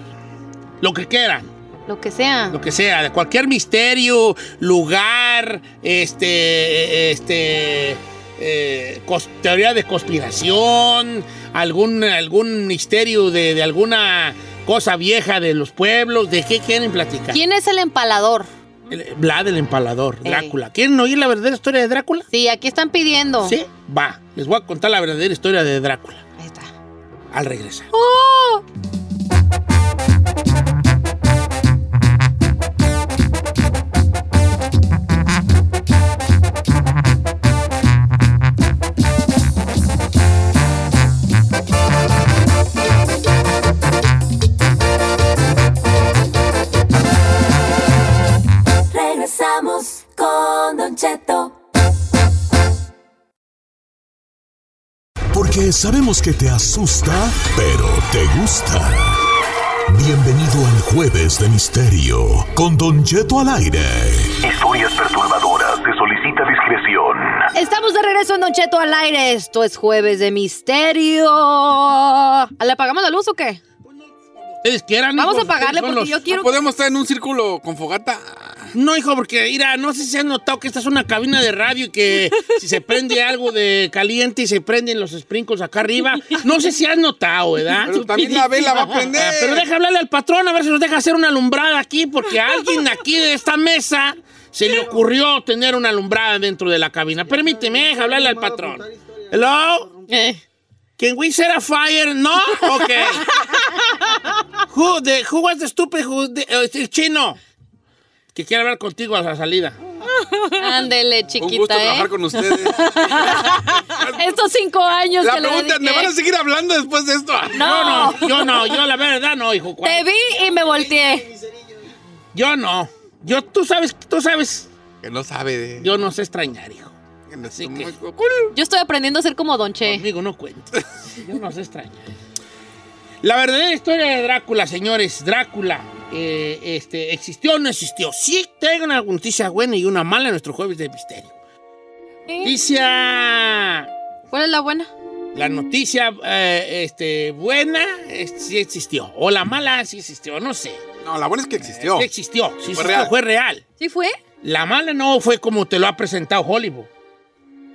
[SPEAKER 1] Lo que quieran,
[SPEAKER 2] Lo que sea.
[SPEAKER 1] lo que sea, de cualquier misterio, lugar, este, este, eh, cos- teoría de conspiración, algún, algún misterio de, de alguna cosa vieja de los pueblos, ¿de qué quieren platicar?
[SPEAKER 2] ¿Quién es el empalador?
[SPEAKER 1] El- Vlad el empalador,
[SPEAKER 2] Ey.
[SPEAKER 1] Drácula. ¿Quieren oír la verdadera historia de Drácula?
[SPEAKER 2] Sí, aquí están pidiendo.
[SPEAKER 1] Sí, va. Les voy a contar la verdadera historia de Drácula
[SPEAKER 2] Ahí está.
[SPEAKER 1] al regresar.
[SPEAKER 7] Regresamos con Don Cheto.
[SPEAKER 9] Porque sabemos que te asusta, pero te gusta. Bienvenido al Jueves de Misterio con Don Cheto al aire.
[SPEAKER 10] Historias perturbadoras. Se solicita discreción.
[SPEAKER 2] Estamos de regreso en Don Cheto al aire. Esto es Jueves de Misterio. ¿Le apagamos la luz o qué?
[SPEAKER 1] Ustedes quieran.
[SPEAKER 2] Vamos a
[SPEAKER 1] hijos,
[SPEAKER 2] apagarle
[SPEAKER 1] ustedes son
[SPEAKER 2] porque
[SPEAKER 1] los-
[SPEAKER 2] yo quiero...
[SPEAKER 4] ¿No podemos estar en un círculo con fogata?
[SPEAKER 1] No, hijo, porque mira, no sé si han notado que esta es una cabina de radio y que si se prende algo de caliente y se prenden los sprinkles acá arriba, no sé si han notado, ¿verdad?
[SPEAKER 4] Pero también la vela va a prender.
[SPEAKER 1] Ah, Pero deja hablarle al patrón a ver si nos deja hacer una alumbrada aquí, porque a alguien aquí de esta mesa se le ocurrió tener una alumbrada dentro de la cabina. Permíteme, deja hablarle al patrón. Hello,
[SPEAKER 2] Eh.
[SPEAKER 1] can we set a fire? No, okay. Who, the, who was the stupid who the- eh, el chino? Que quiere hablar contigo a la salida.
[SPEAKER 2] Ándele,
[SPEAKER 4] un gusto
[SPEAKER 2] chiquita,
[SPEAKER 4] trabajar
[SPEAKER 2] ¿eh? (laughs)
[SPEAKER 4] con ustedes.
[SPEAKER 2] Estos cinco años
[SPEAKER 4] La
[SPEAKER 2] que le
[SPEAKER 4] pregunta, ¿me
[SPEAKER 2] dediqué.
[SPEAKER 4] van a seguir hablando después de esto?
[SPEAKER 2] No,
[SPEAKER 1] Yo no, yo no, yo la verdad no, hijo.
[SPEAKER 2] te vi y me volteé.
[SPEAKER 1] Yo no. Yo, tú sabes, tú sabes.
[SPEAKER 4] Que no sabe de...
[SPEAKER 1] Yo no sé extrañar, hijo.
[SPEAKER 4] que no
[SPEAKER 1] así
[SPEAKER 4] sé
[SPEAKER 1] que-
[SPEAKER 4] cómo-
[SPEAKER 2] Yo estoy aprendiendo a ser como Don Che.
[SPEAKER 1] Conmigo no cuentes. Yo no sé extraña. La verdadera historia de Drácula, señores. Drácula, eh, este, ¿existió o no existió? Sí, tengo una noticia buena y una mala en nuestro jueves de misterio. Noticia.
[SPEAKER 2] ¿Cuál es la buena?
[SPEAKER 1] La noticia eh, este, buena eh, sí existió. O la mala sí existió, no sé.
[SPEAKER 4] No, la buena
[SPEAKER 1] Eh,
[SPEAKER 4] es que existió.
[SPEAKER 1] Sí existió, sí existió,
[SPEAKER 4] real.
[SPEAKER 1] fue real.
[SPEAKER 2] ¿Sí fue?
[SPEAKER 1] La mala no fue como te lo ha presentado Hollywood.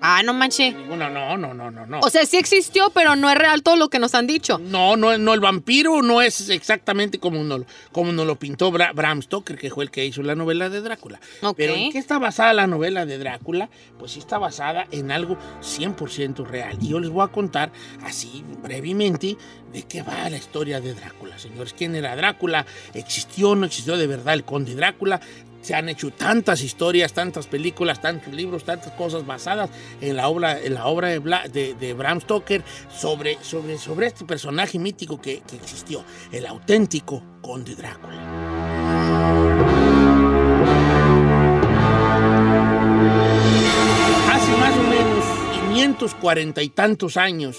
[SPEAKER 2] Ah, no manché.
[SPEAKER 1] Ninguna, no, no, no, no, no.
[SPEAKER 2] O sea, sí existió, pero no es real todo lo que nos han dicho.
[SPEAKER 1] No, no, no, el vampiro no es exactamente como nos, como nos lo pintó Bra- Bram Stoker, que fue el que hizo la novela de Drácula.
[SPEAKER 2] Ok.
[SPEAKER 1] Pero ¿en qué está basada la novela de Drácula? Pues sí está basada en algo 100% real. Y yo les voy a contar así brevemente de qué va la historia de Drácula. Señores, ¿quién era Drácula? ¿Existió o no existió de verdad el conde Drácula? Se han hecho tantas historias, tantas películas, tantos libros, tantas cosas basadas en la obra, en la obra de, Bla- de- de Bram Stoker sobre, sobre, sobre este personaje mítico que, que existió, el auténtico conde Drácula. Hace más o menos 540 y tantos años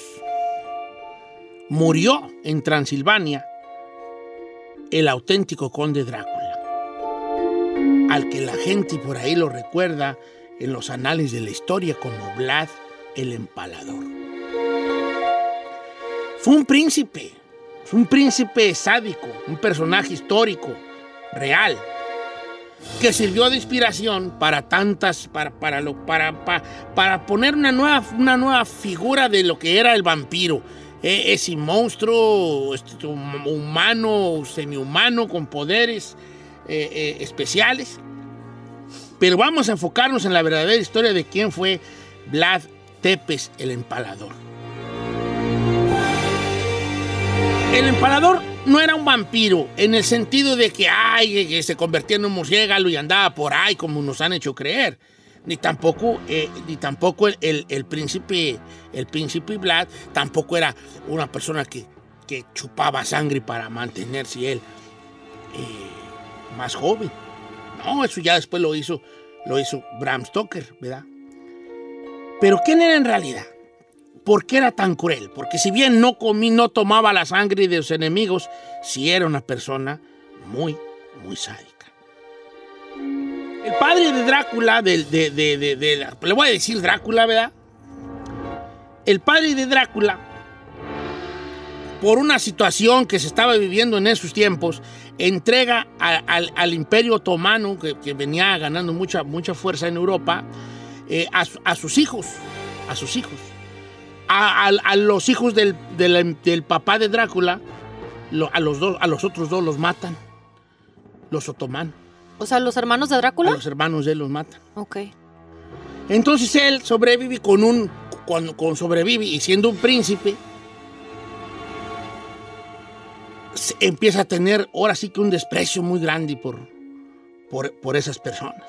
[SPEAKER 1] murió en Transilvania el auténtico conde Drácula, al que la gente por ahí lo recuerda en los anales de la historia como Vlad el Empalador. Fue un príncipe, fue un príncipe sádico, un personaje histórico, real, que sirvió de inspiración para tantas, para, para, lo, para, pa- para poner una nueva, una nueva figura de lo que era el vampiro. E- ese monstruo este, hum- humano, semihumano, con poderes eh, eh, especiales. Pero vamos a enfocarnos en la verdadera historia de quién fue Vlad Tepes, el empalador. El empalador no era un vampiro, en el sentido de que, ay, que se convertía en un murciélago y andaba por ahí, como nos han hecho creer. Ni tampoco, eh, ni tampoco el, el- el príncipe, el príncipe Vlad, tampoco era una persona que, que chupaba sangre para mantenerse él eh, más joven. No, eso ya después lo hizo, lo hizo Bram Stoker, ¿verdad? Pero ¿quién era en realidad? ¿Por qué era tan cruel? Porque si bien no comí, no tomaba la sangre de los enemigos, sí era una persona muy, muy sádica. El padre de Drácula, del- de, de- de- de la- le voy a decir Drácula, ¿verdad? El padre de Drácula, por una situación que se estaba viviendo en esos tiempos, entrega a- al, al imperio otomano, que, que venía ganando mucha, mucha fuerza en Europa, eh, a su- a sus hijos, a sus hijos a, al- a los hijos del, del- del papá de Drácula, lo- a, los dos, a los otros dos los matan. Los otomanos,
[SPEAKER 2] O sea, los hermanos de
[SPEAKER 1] a
[SPEAKER 2] Drácula.
[SPEAKER 1] los hermanos de él los matan.
[SPEAKER 2] Ok.
[SPEAKER 1] Entonces él sobrevive con un. Con, con sobrevive y siendo un príncipe. se- empieza a tener ahora sí que un desprecio muy grande por, por, por esas personas.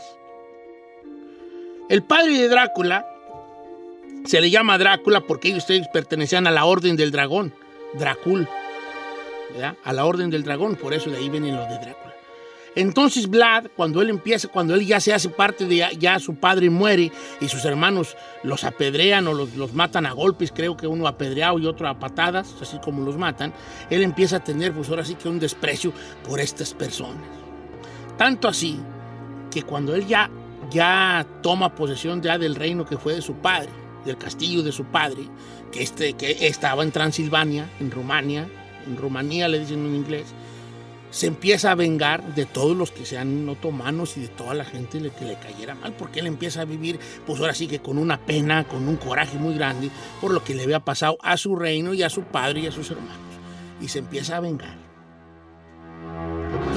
[SPEAKER 1] El padre de Drácula se le llama Drácula porque ellos ustedes pertenecían a la orden del dragón, Dracul. ¿verdad? A la orden del dragón, por eso de ahí vienen los de Drácula. Entonces Vlad, cuando él empieza, cuando él ya se hace parte de, ya, ya su padre muere y sus hermanos los apedrean o los, los matan a golpes, creo que uno apedreado y otro a patadas, así como los matan, él empieza a tener pues ahora sí que un desprecio por estas personas. Tanto así que cuando él ya, ya toma posesión ya del reino que fue de su padre, del castillo de su padre, que, este, que estaba en Transilvania, en Rumania, en Rumanía le dicen en inglés, se empieza a vengar de todos los que sean otomanos y de toda la gente le- que le cayera mal, porque él empieza a vivir, pues ahora sí que con una pena, con un coraje muy grande por lo que le había pasado a su reino y a su padre y a sus hermanos. Y se empieza a vengar.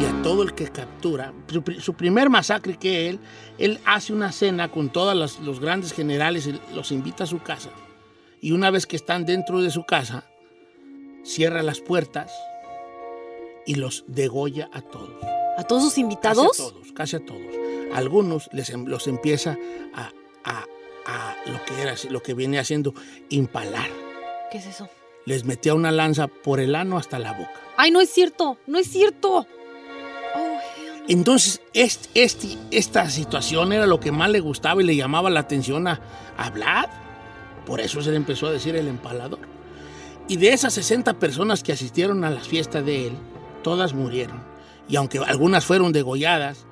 [SPEAKER 1] Y a todo el que captura, su, pri- su primer masacre que él, él hace una cena con todos los grandes generales, y los invita a su casa. Y una vez que están dentro de su casa, cierra las puertas y los degolla a todos.
[SPEAKER 2] ¿A todos sus
[SPEAKER 1] Casi a
[SPEAKER 2] invitados?
[SPEAKER 1] todos, casi a todos. Algunos les, em- los empieza a, a- a lo, que era, lo que viene haciendo impalar.
[SPEAKER 2] ¿Qué es eso?
[SPEAKER 1] Les metía una lanza por el ano hasta la boca.
[SPEAKER 2] Ay, no es cierto. No es cierto. Oh, hell no.
[SPEAKER 1] Entonces, este, este- esta situación era lo que más le gustaba y le llamaba la atención a, a Vlad. Por eso se le empezó a decir el empalador. Y de esas 60 personas que asistieron a las fiestas de él, todas murieron. Y aunque algunas fueron degolladas,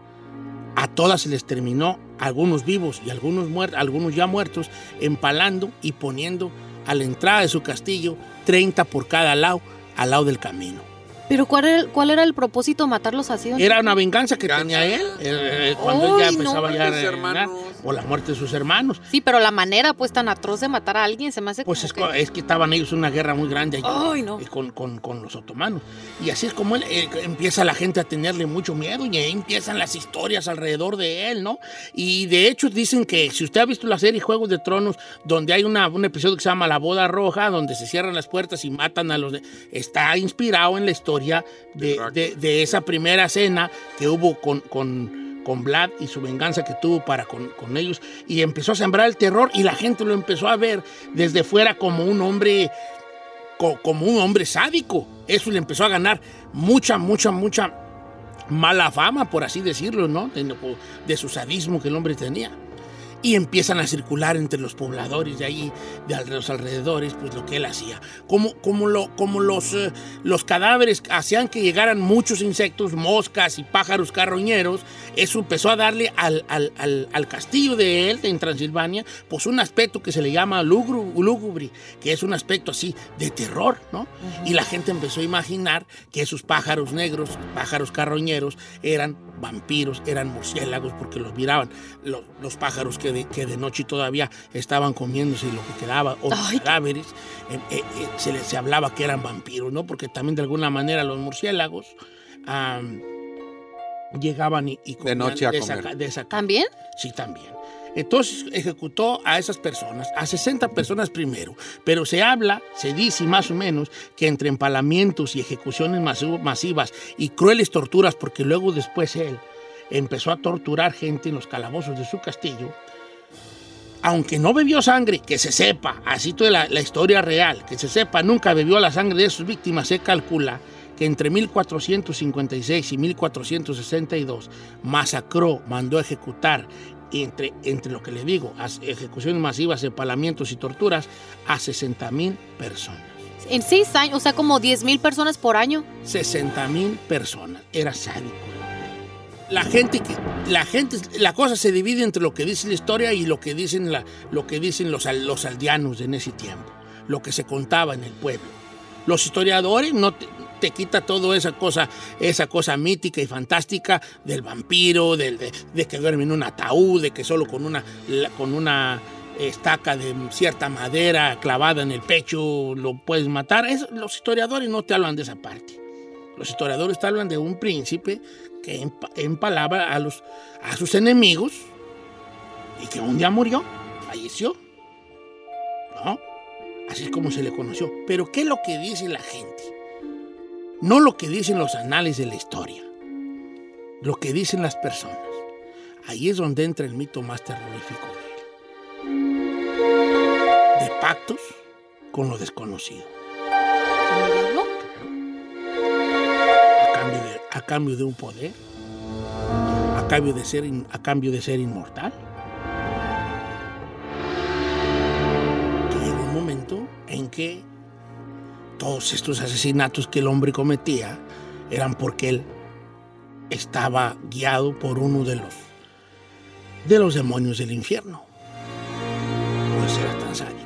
[SPEAKER 1] a todas se les terminó, algunos vivos y algunos, muer- algunos ya muertos, empalando y poniendo a la entrada de su castillo 30 por cada lado, al lado del camino.
[SPEAKER 2] Pero ¿cuál era, el- cuál era el propósito matarlos así? don
[SPEAKER 1] Era una venganza que
[SPEAKER 4] Venganza.
[SPEAKER 1] tenía él eh, eh, cuando él ya
[SPEAKER 2] Ay, no.
[SPEAKER 1] empezaba ya a
[SPEAKER 4] Sus
[SPEAKER 1] reinar,
[SPEAKER 4] hermanos.
[SPEAKER 1] o la muerte de sus hermanos.
[SPEAKER 2] Sí, pero la manera pues tan atroz de matar a alguien se me hace
[SPEAKER 1] Pues
[SPEAKER 2] como
[SPEAKER 1] es,
[SPEAKER 2] que-
[SPEAKER 1] co- es que estaban ellos en una guerra muy grande allí,
[SPEAKER 2] Ay, no.
[SPEAKER 1] eh, con, con- con los otomanos. Y así es como él, eh, empieza la gente a tenerle mucho miedo y ahí empiezan las historias alrededor de él, ¿no? Y de hecho dicen que si usted ha visto la serie Juegos de Tronos, donde hay una, un episodio que se llama La Boda Roja, donde se cierran las puertas y matan a los... de- está inspirado en la historia de, de- de esa primera cena que hubo con... con con Vlad y su venganza que tuvo para con, con ellos y empezó a sembrar el terror y la gente lo empezó a ver desde fuera como un hombre co- como un hombre sádico. Eso le empezó a ganar mucha, mucha, mucha mala fama, por así decirlo, ¿no? De, de su sadismo que el hombre tenía. y empiezan a circular entre los pobladores de ahí, de al- los alrededores, pues lo que él hacía. Como, como, lo, como los, eh, los cadáveres hacían que llegaran muchos insectos, moscas y pájaros carroñeros, eso empezó a darle al, al- al- al castillo de él, en Transilvania, pues un aspecto que se le llama lugru- lúgubre, que es un aspecto así de terror, ¿no? Y la gente empezó a imaginar que esos pájaros negros, pájaros carroñeros, eran vampiros, eran murciélagos, porque los miraban lo- los pájaros que de, que de noche todavía estaban comiéndose lo que quedaba, o los cadáveres, eh, eh, eh, se les se hablaba que eran vampiros, ¿no? Porque también de alguna manera los murciélagos ah, llegaban y, y comían
[SPEAKER 4] noche a
[SPEAKER 1] de esa
[SPEAKER 4] comer.
[SPEAKER 1] ca- de esa ca-
[SPEAKER 2] ¿También?
[SPEAKER 1] Sí, también. Entonces ejecutó a esas personas, a 60 personas primero, pero se habla, se dice más o menos, que entre empalamientos y ejecuciones masi- masivas y crueles torturas, porque luego después él empezó a torturar gente en los calabozos de su castillo, aunque no bebió sangre, que se sepa, así toda la, la historia real, que se sepa, nunca bebió la sangre de sus víctimas, se calcula que entre 1456 y 1462 masacró, mandó a ejecutar, y entre, entre lo que le digo, as- ejecuciones masivas, empalamientos y torturas, a 60 mil personas.
[SPEAKER 2] En seis años, o sea, como 10 mil personas por año.
[SPEAKER 1] 60 mil personas. Era sádico. La gente que. La gente. La cosa se divide entre lo que dice la historia y lo que dicen, la, lo que dicen los, al- los aldeanos en ese tiempo. Lo que se contaba en el pueblo. Los historiadores no te, te quita toda esa cosa, esa cosa mítica y fantástica del vampiro, del, de, de que duerme en un ataúd, de que solo con una, la- con una estaca de cierta madera clavada en el pecho lo puedes matar. Eso- los historiadores no te hablan de esa parte. Los historiadores te hablan de un príncipe que empa- empalaba a, los, a sus enemigos y que un día murió, falleció. ¿No? Así es como se le conoció. Pero ¿qué es lo que dice la gente? No lo que dicen los anales de la historia, lo que dicen las personas. Ahí es donde entra el mito más terrorífico de él. De pactos con lo desconocido. a cambio de, a cambio de un poder, a cambio de ser, in- a cambio de ser inmortal. Que llegó un momento en que todos estos asesinatos que el hombre cometía eran porque él estaba guiado por uno de los de los demonios del infierno. Pues era tan sádico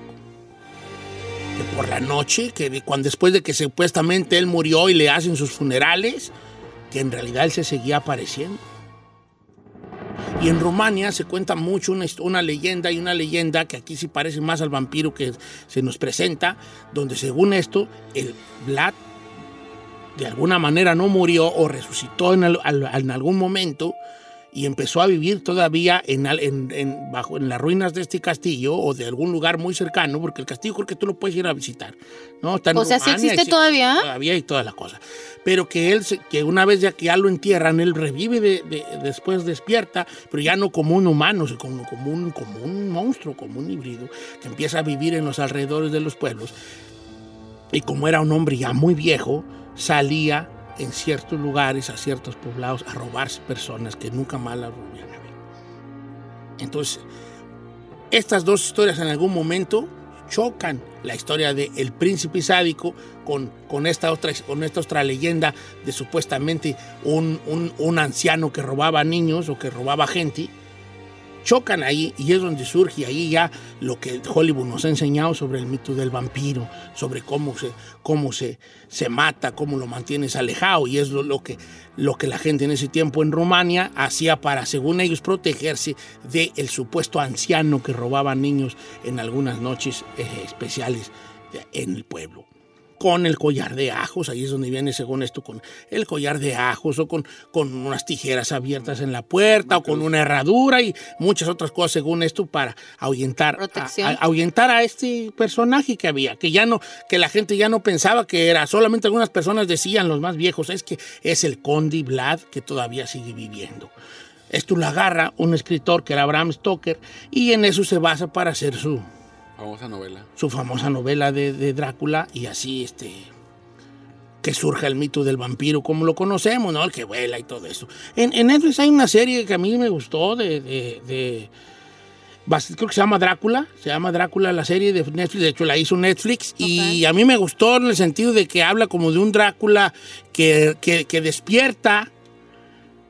[SPEAKER 1] que por la noche, que de- cuando después de que supuestamente él murió y le hacen sus funerales, que en realidad él se seguía apareciendo. Y en Rumania se cuenta mucho una, hist- una leyenda y una leyenda que aquí sí parece más al vampiro que se nos presenta, donde según esto, el Vlad de alguna manera no murió o resucitó en, al- al- en algún momento y empezó a vivir todavía en, al- en- en- bajo, en las ruinas de este castillo o de algún lugar muy cercano, porque el castillo creo que tú lo puedes ir a visitar. ¿no? Está en
[SPEAKER 2] O sea, ¿sí
[SPEAKER 1] Rumania y
[SPEAKER 2] existe
[SPEAKER 1] sí-
[SPEAKER 2] todavía?
[SPEAKER 1] Todavía y toda la cosa. Pero que él, se- que una vez ya que ya lo entierran, él revive de- de- después despierta, pero ya no como un humano, sino como, como, un, como un monstruo, como un híbrido, que empieza a vivir en los alrededores de los pueblos y como era un hombre ya muy viejo, salía en ciertos lugares, a ciertos poblados, a robarse personas que nunca más las volvían a ver. Entonces, estas dos historias en algún momento chocan la historia de el príncipe sádico con, con, esta, otra, con esta otra leyenda de supuestamente un, un- un anciano que robaba niños o que robaba gente. Chocan ahí y es donde surge ahí ya lo que Hollywood nos ha enseñado sobre el mito del vampiro, sobre cómo se, cómo se, se mata, cómo lo mantienes alejado. Y es lo, lo que, lo que la gente en ese tiempo en Rumania hacía para, según ellos, protegerse del supuesto anciano que robaba niños en algunas noches eh, especiales eh, en el pueblo con el collar de ajos, ahí es donde viene según esto, con el collar de ajos o con, con unas tijeras abiertas en la puerta o con una herradura y muchas otras cosas según esto para ahuyentar
[SPEAKER 2] Protección.
[SPEAKER 1] a- a- ahuyentar a este personaje que había, que ya no, que la gente ya no pensaba que era, solamente algunas personas decían, los más viejos, es que es el conde Vlad que todavía sigue viviendo. Esto lo agarra un escritor que era Bram Stoker y en eso se basa para hacer su,
[SPEAKER 4] Famosa novela.
[SPEAKER 1] su famosa novela de, de Drácula y así este que surja el mito del vampiro como lo conocemos, ¿no? El que vuela y todo eso. En, en Netflix hay una serie que a mí me gustó de, de- de- bast- creo que se llama Drácula, se llama Drácula la serie de Netflix, de hecho la hizo Netflix y a mí me gustó en el sentido de que habla como de un Drácula que, que- que despierta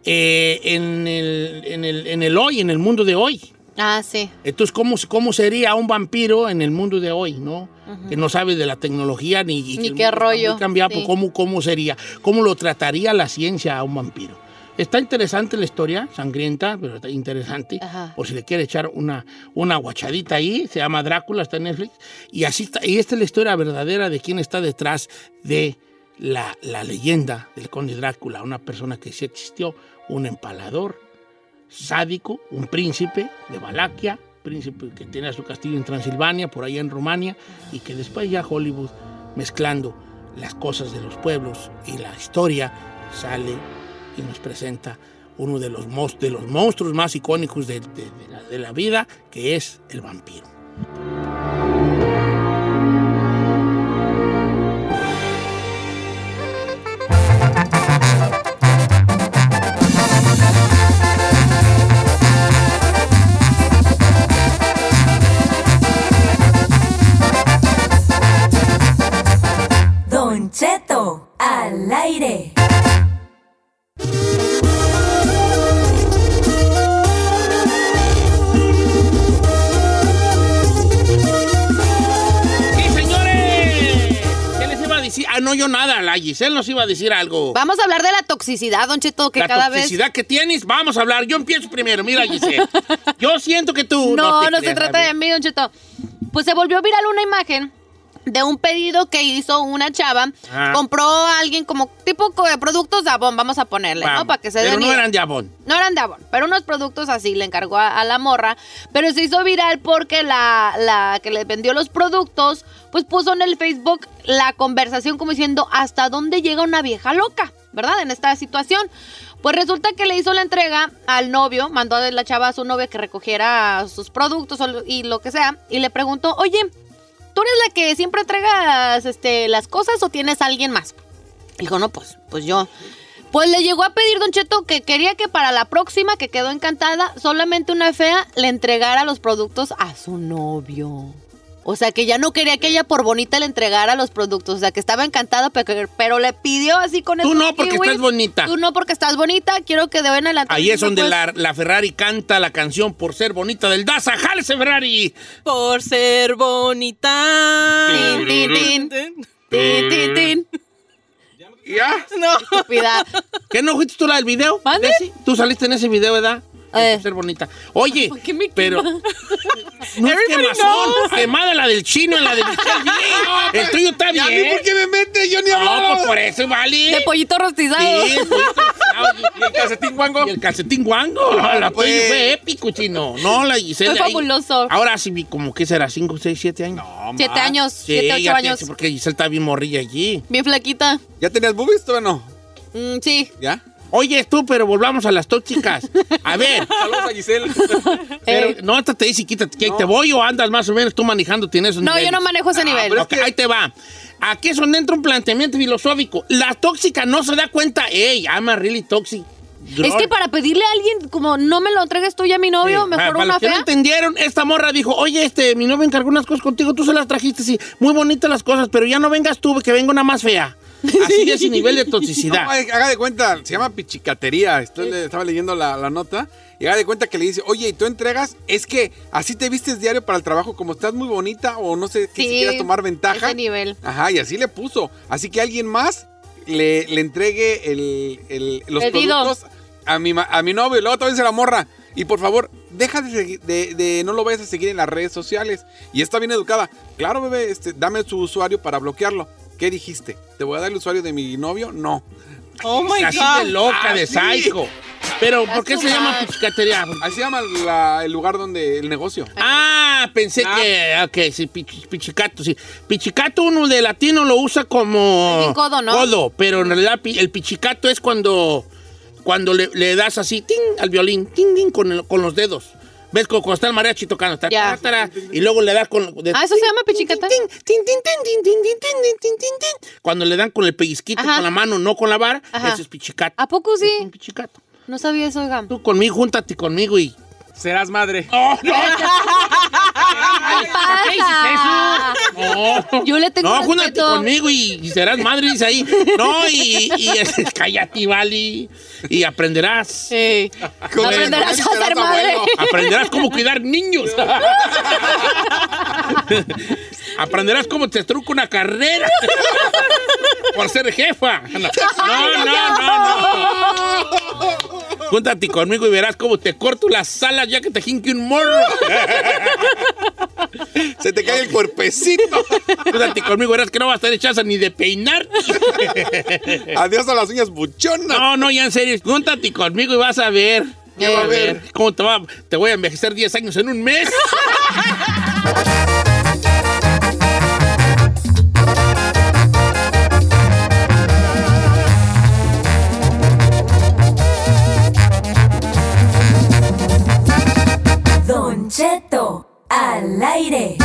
[SPEAKER 1] eh, en, el, en, el, en el hoy, en el mundo de hoy.
[SPEAKER 2] Ah, sí.
[SPEAKER 1] Entonces, ¿cómo, cómo sería un vampiro en el mundo de hoy, no? Que no sabe de la tecnología ni, y que
[SPEAKER 2] Ni
[SPEAKER 1] el
[SPEAKER 2] qué
[SPEAKER 1] mundo está
[SPEAKER 2] rollo,
[SPEAKER 1] muy cambiado, pues,
[SPEAKER 2] sí.
[SPEAKER 1] ¿cómo, ¿Cómo sería? ¿Cómo lo trataría la ciencia a un vampiro? Está interesante la historia, sangrienta, pero está interesante.
[SPEAKER 2] Ajá.
[SPEAKER 1] Por si le quiere echar una, una guachadita ahí, se llama Drácula, está en Netflix. Y, así está- y esta es la historia verdadera de quién está detrás de la, la leyenda del conde Drácula, una persona que sí existió, un empalador, sádico, un príncipe de Valaquia, príncipe que tenía su castillo en Transilvania, por allá en Rumania, y que después ya Hollywood, mezclando las cosas de los pueblos y la historia, sale y nos presenta uno de los, mos- de los monstruos más icónicos de, de- de la, de la vida, que es el vampiro.
[SPEAKER 7] Don Cheto, al aire.
[SPEAKER 1] ¡Sí, señores! ¿Qué les iba a decir? Ah, no, yo nada, la Giselle nos iba a decir algo.
[SPEAKER 2] Vamos a hablar de la toxicidad, Don Cheto, que
[SPEAKER 1] la
[SPEAKER 2] cada vez...
[SPEAKER 1] toxicidad que tienes, vamos a hablar. Yo empiezo primero, mira,
[SPEAKER 2] (laughs)
[SPEAKER 1] Giselle. Yo siento que tú.
[SPEAKER 2] No, no,
[SPEAKER 1] te
[SPEAKER 2] se
[SPEAKER 1] creas,
[SPEAKER 2] trata
[SPEAKER 1] amiga.
[SPEAKER 2] de mí, Don Cheto. Pues se volvió viral una imagen de un pedido que hizo una chava.
[SPEAKER 1] Ah.
[SPEAKER 2] Compró a alguien como tipo co- de productos de Avon, vamos a ponerle,
[SPEAKER 1] Vamos,
[SPEAKER 2] ¿no? Para que se
[SPEAKER 1] Pero
[SPEAKER 2] den
[SPEAKER 1] no
[SPEAKER 2] idea.
[SPEAKER 1] eran de abón.
[SPEAKER 2] No eran de Avon, pero unos productos así le encargó a, a la morra. Pero se hizo viral porque la, la que le vendió los productos, pues puso en el Facebook la conversación como diciendo hasta dónde llega una vieja loca, ¿verdad? En esta situación. Pues resulta que le hizo la entrega al novio, mandó a la chava a su novia que recogiera sus productos o lo- y lo que sea, y le preguntó, oye, ¿tú eres la que siempre entregas este, las cosas o tienes a alguien más? Dijo, no, pues, pues yo. Pues le llegó a pedir Don Cheto que quería que para la próxima, que quedó encantada, solamente una fea le entregara los productos a su novio. O sea, que ya no quería que ella por bonita le entregara los productos. O sea, que estaba encantada, pero, que- pero le pidió así con
[SPEAKER 1] Tú
[SPEAKER 2] esos
[SPEAKER 1] no, porque
[SPEAKER 2] kiwis.
[SPEAKER 1] estás bonita.
[SPEAKER 2] Tú no, pues. porque estás bonita. Quiero que de hoy en adelante.
[SPEAKER 1] Ahí es
[SPEAKER 2] no
[SPEAKER 1] donde
[SPEAKER 2] puedes-
[SPEAKER 1] la, la Ferrari canta la canción por ser bonita del Daza. ¡Jálese, Ferrari!
[SPEAKER 5] Por ser bonita.
[SPEAKER 2] Tin, tin, tin. Tin,
[SPEAKER 1] (laughs)
[SPEAKER 2] tin, tin.
[SPEAKER 1] ¿Ya?
[SPEAKER 5] No.
[SPEAKER 2] Estúpida.
[SPEAKER 1] ¿Qué no fuiste tú la del video?
[SPEAKER 2] ¿Mande?
[SPEAKER 1] Desi? Tú saliste en ese video, ¿verdad?
[SPEAKER 2] Eh.
[SPEAKER 1] Por Ser bonita. Oye,
[SPEAKER 2] qué me (laughs)
[SPEAKER 1] pero. No es quemazón. Quemada la del chino, la del.
[SPEAKER 2] (laughs)
[SPEAKER 1] El tuyo está
[SPEAKER 4] ¿Y a mí
[SPEAKER 1] bien.
[SPEAKER 4] por qué me mete? Yo ni
[SPEAKER 1] No,
[SPEAKER 4] hablaba.
[SPEAKER 1] pues por eso, vale.
[SPEAKER 2] De pollito rostizado.
[SPEAKER 1] Sí, pues,
[SPEAKER 4] ¿Y el calcetín guango?
[SPEAKER 1] Y el calcetín
[SPEAKER 2] (laughs)
[SPEAKER 1] guango. La
[SPEAKER 4] Pues.
[SPEAKER 1] tuya fue épico, chino. No, la Giselle.
[SPEAKER 2] Fue
[SPEAKER 1] ahí-
[SPEAKER 2] fabuloso.
[SPEAKER 1] Ahora sí, vi como que será, 5, 6, 7 años. No,
[SPEAKER 2] Siete años, siete, ocho años.
[SPEAKER 1] Porque Giselle está bien morrilla allí.
[SPEAKER 2] Bien flaquita.
[SPEAKER 4] ¿Ya tenías boobies? Todavía no.
[SPEAKER 2] Mm, sí.
[SPEAKER 4] ¿Ya?
[SPEAKER 1] Oye, tú, pero volvamos a las tóxicas. A
[SPEAKER 2] (laughs)
[SPEAKER 1] ver.
[SPEAKER 2] Eh.
[SPEAKER 3] Saludos a
[SPEAKER 4] (laughs)
[SPEAKER 3] Giselle.
[SPEAKER 1] pero-
[SPEAKER 2] Ey.
[SPEAKER 1] no, esta te dice, quítate, que ahí te voy o andas más o menos tú manejando, tienes Ah,
[SPEAKER 2] No, yo no manejo ese nivel.
[SPEAKER 1] Ok, ahí te va. Aquí es donde entra un planteamiento filosófico. La tóxica no se da cuenta, hey, I'm a really toxic.
[SPEAKER 2] Es que para pedirle a alguien, como no me lo entregues tú ya mi
[SPEAKER 1] Sí.
[SPEAKER 2] novio,
[SPEAKER 1] Ah,
[SPEAKER 2] mejor
[SPEAKER 1] para, para
[SPEAKER 2] una
[SPEAKER 1] los que no
[SPEAKER 2] fea.
[SPEAKER 1] entendieron, esta morra dijo, oye, este, mi novio encargó unas cosas contigo, tú se las trajiste, sí, muy bonitas las cosas, pero ya no vengas tú, que venga una más fea. Así es el nivel de
[SPEAKER 2] (laughs)
[SPEAKER 4] No,
[SPEAKER 1] toxicidad.
[SPEAKER 4] ay, haga de cuenta, se llama pichicatería. Estoy le- estaba leyendo la, la nota y haga de cuenta que le dice, oye, ¿y tú entregas? Es que así te vistes diario para el trabajo, como estás muy bonita o no sé,
[SPEAKER 2] Sí,
[SPEAKER 4] que si quieras tomar ventaja.
[SPEAKER 2] ese nivel.
[SPEAKER 4] Ajá, y así le puso. Así que alguien más le, le entregue el, el- los
[SPEAKER 2] Pedido.
[SPEAKER 4] productos a mi, ma- a mi novio. Y luego también se la morra. Y por favor, deja de, segui- de, de- no lo vayas a seguir en las redes sociales. Y está bien educada. Claro, bebé, este, dame su usuario para bloquearlo. ¿Qué dijiste? ¿Te voy a dar el usuario de mi novio? No.
[SPEAKER 5] Oh my
[SPEAKER 1] Así de
[SPEAKER 5] God.
[SPEAKER 1] loca, de
[SPEAKER 4] Así.
[SPEAKER 1] psycho. Pero, ¿por qué
[SPEAKER 2] Ah, That's
[SPEAKER 1] se
[SPEAKER 2] too
[SPEAKER 1] llama
[SPEAKER 2] much.
[SPEAKER 1] pichicatería?
[SPEAKER 4] Así se llama la- el lugar donde el negocio.
[SPEAKER 1] Ah, pensé que, ok, sí, pich- pichicato, sí. Pichicato uno de latino lo usa como...
[SPEAKER 2] Alguien codo, ¿no?
[SPEAKER 1] Codo, pero en realidad pi- el pichicato es cuando, cuando le, le das así, ting, al violín, ting, ting, con, el- con los dedos. ¿Ves? Cuando, cuando está el mariachi tocando, ta,
[SPEAKER 2] Ya.
[SPEAKER 1] ta, ta, ta, y luego le das con... de-
[SPEAKER 2] Ah, ¿eso se llama pichicata?
[SPEAKER 1] Tin, tin, tin, tin, tin, tin, tin, tin, tin, tin, tin, tin. Cuando le dan con el pellizquito,
[SPEAKER 2] Ajá.
[SPEAKER 1] con la mano, no con la vara,
[SPEAKER 2] Ajá.
[SPEAKER 1] eso es pichicato.
[SPEAKER 2] ¿A poco
[SPEAKER 1] Es un
[SPEAKER 2] sí?
[SPEAKER 1] pichicato.
[SPEAKER 2] No sabía eso, oigan.
[SPEAKER 1] Tú conmigo, júntate conmigo y
[SPEAKER 3] serás madre.
[SPEAKER 1] ¡Oh, no! Ay, ¿Por qué dices eso? No.
[SPEAKER 2] Yo le tengo
[SPEAKER 1] Oh. No, júntate
[SPEAKER 2] respeto.
[SPEAKER 1] conmigo y, y serás madre, dice ahí. No, y, y es- cállate, Vali. Y aprenderás.
[SPEAKER 2] Sí.
[SPEAKER 4] Con el
[SPEAKER 2] Aprenderás
[SPEAKER 4] abuelo
[SPEAKER 2] a ser
[SPEAKER 4] serás
[SPEAKER 2] madre.
[SPEAKER 4] abuelo.
[SPEAKER 1] Aprenderás cómo cuidar niños. (laughs) Aprenderás cómo te truca una carrera. Por ser jefa. No, no, no, no. Júntate conmigo y verás cómo te corto las alas ya que te jinque un morro.
[SPEAKER 4] Se te cae el cuerpecito.
[SPEAKER 1] Júntate conmigo, verás que no vas a tener chance ni de peinar.
[SPEAKER 4] Adiós a las uñas buchonas.
[SPEAKER 1] No, no, ya en serio. Júntate conmigo y vas a ver.
[SPEAKER 2] ¿Qué va a
[SPEAKER 4] ver?
[SPEAKER 1] ¿Cómo te va? Te voy a envejecer 10 años en un mes.
[SPEAKER 7] Don Cheto al aire.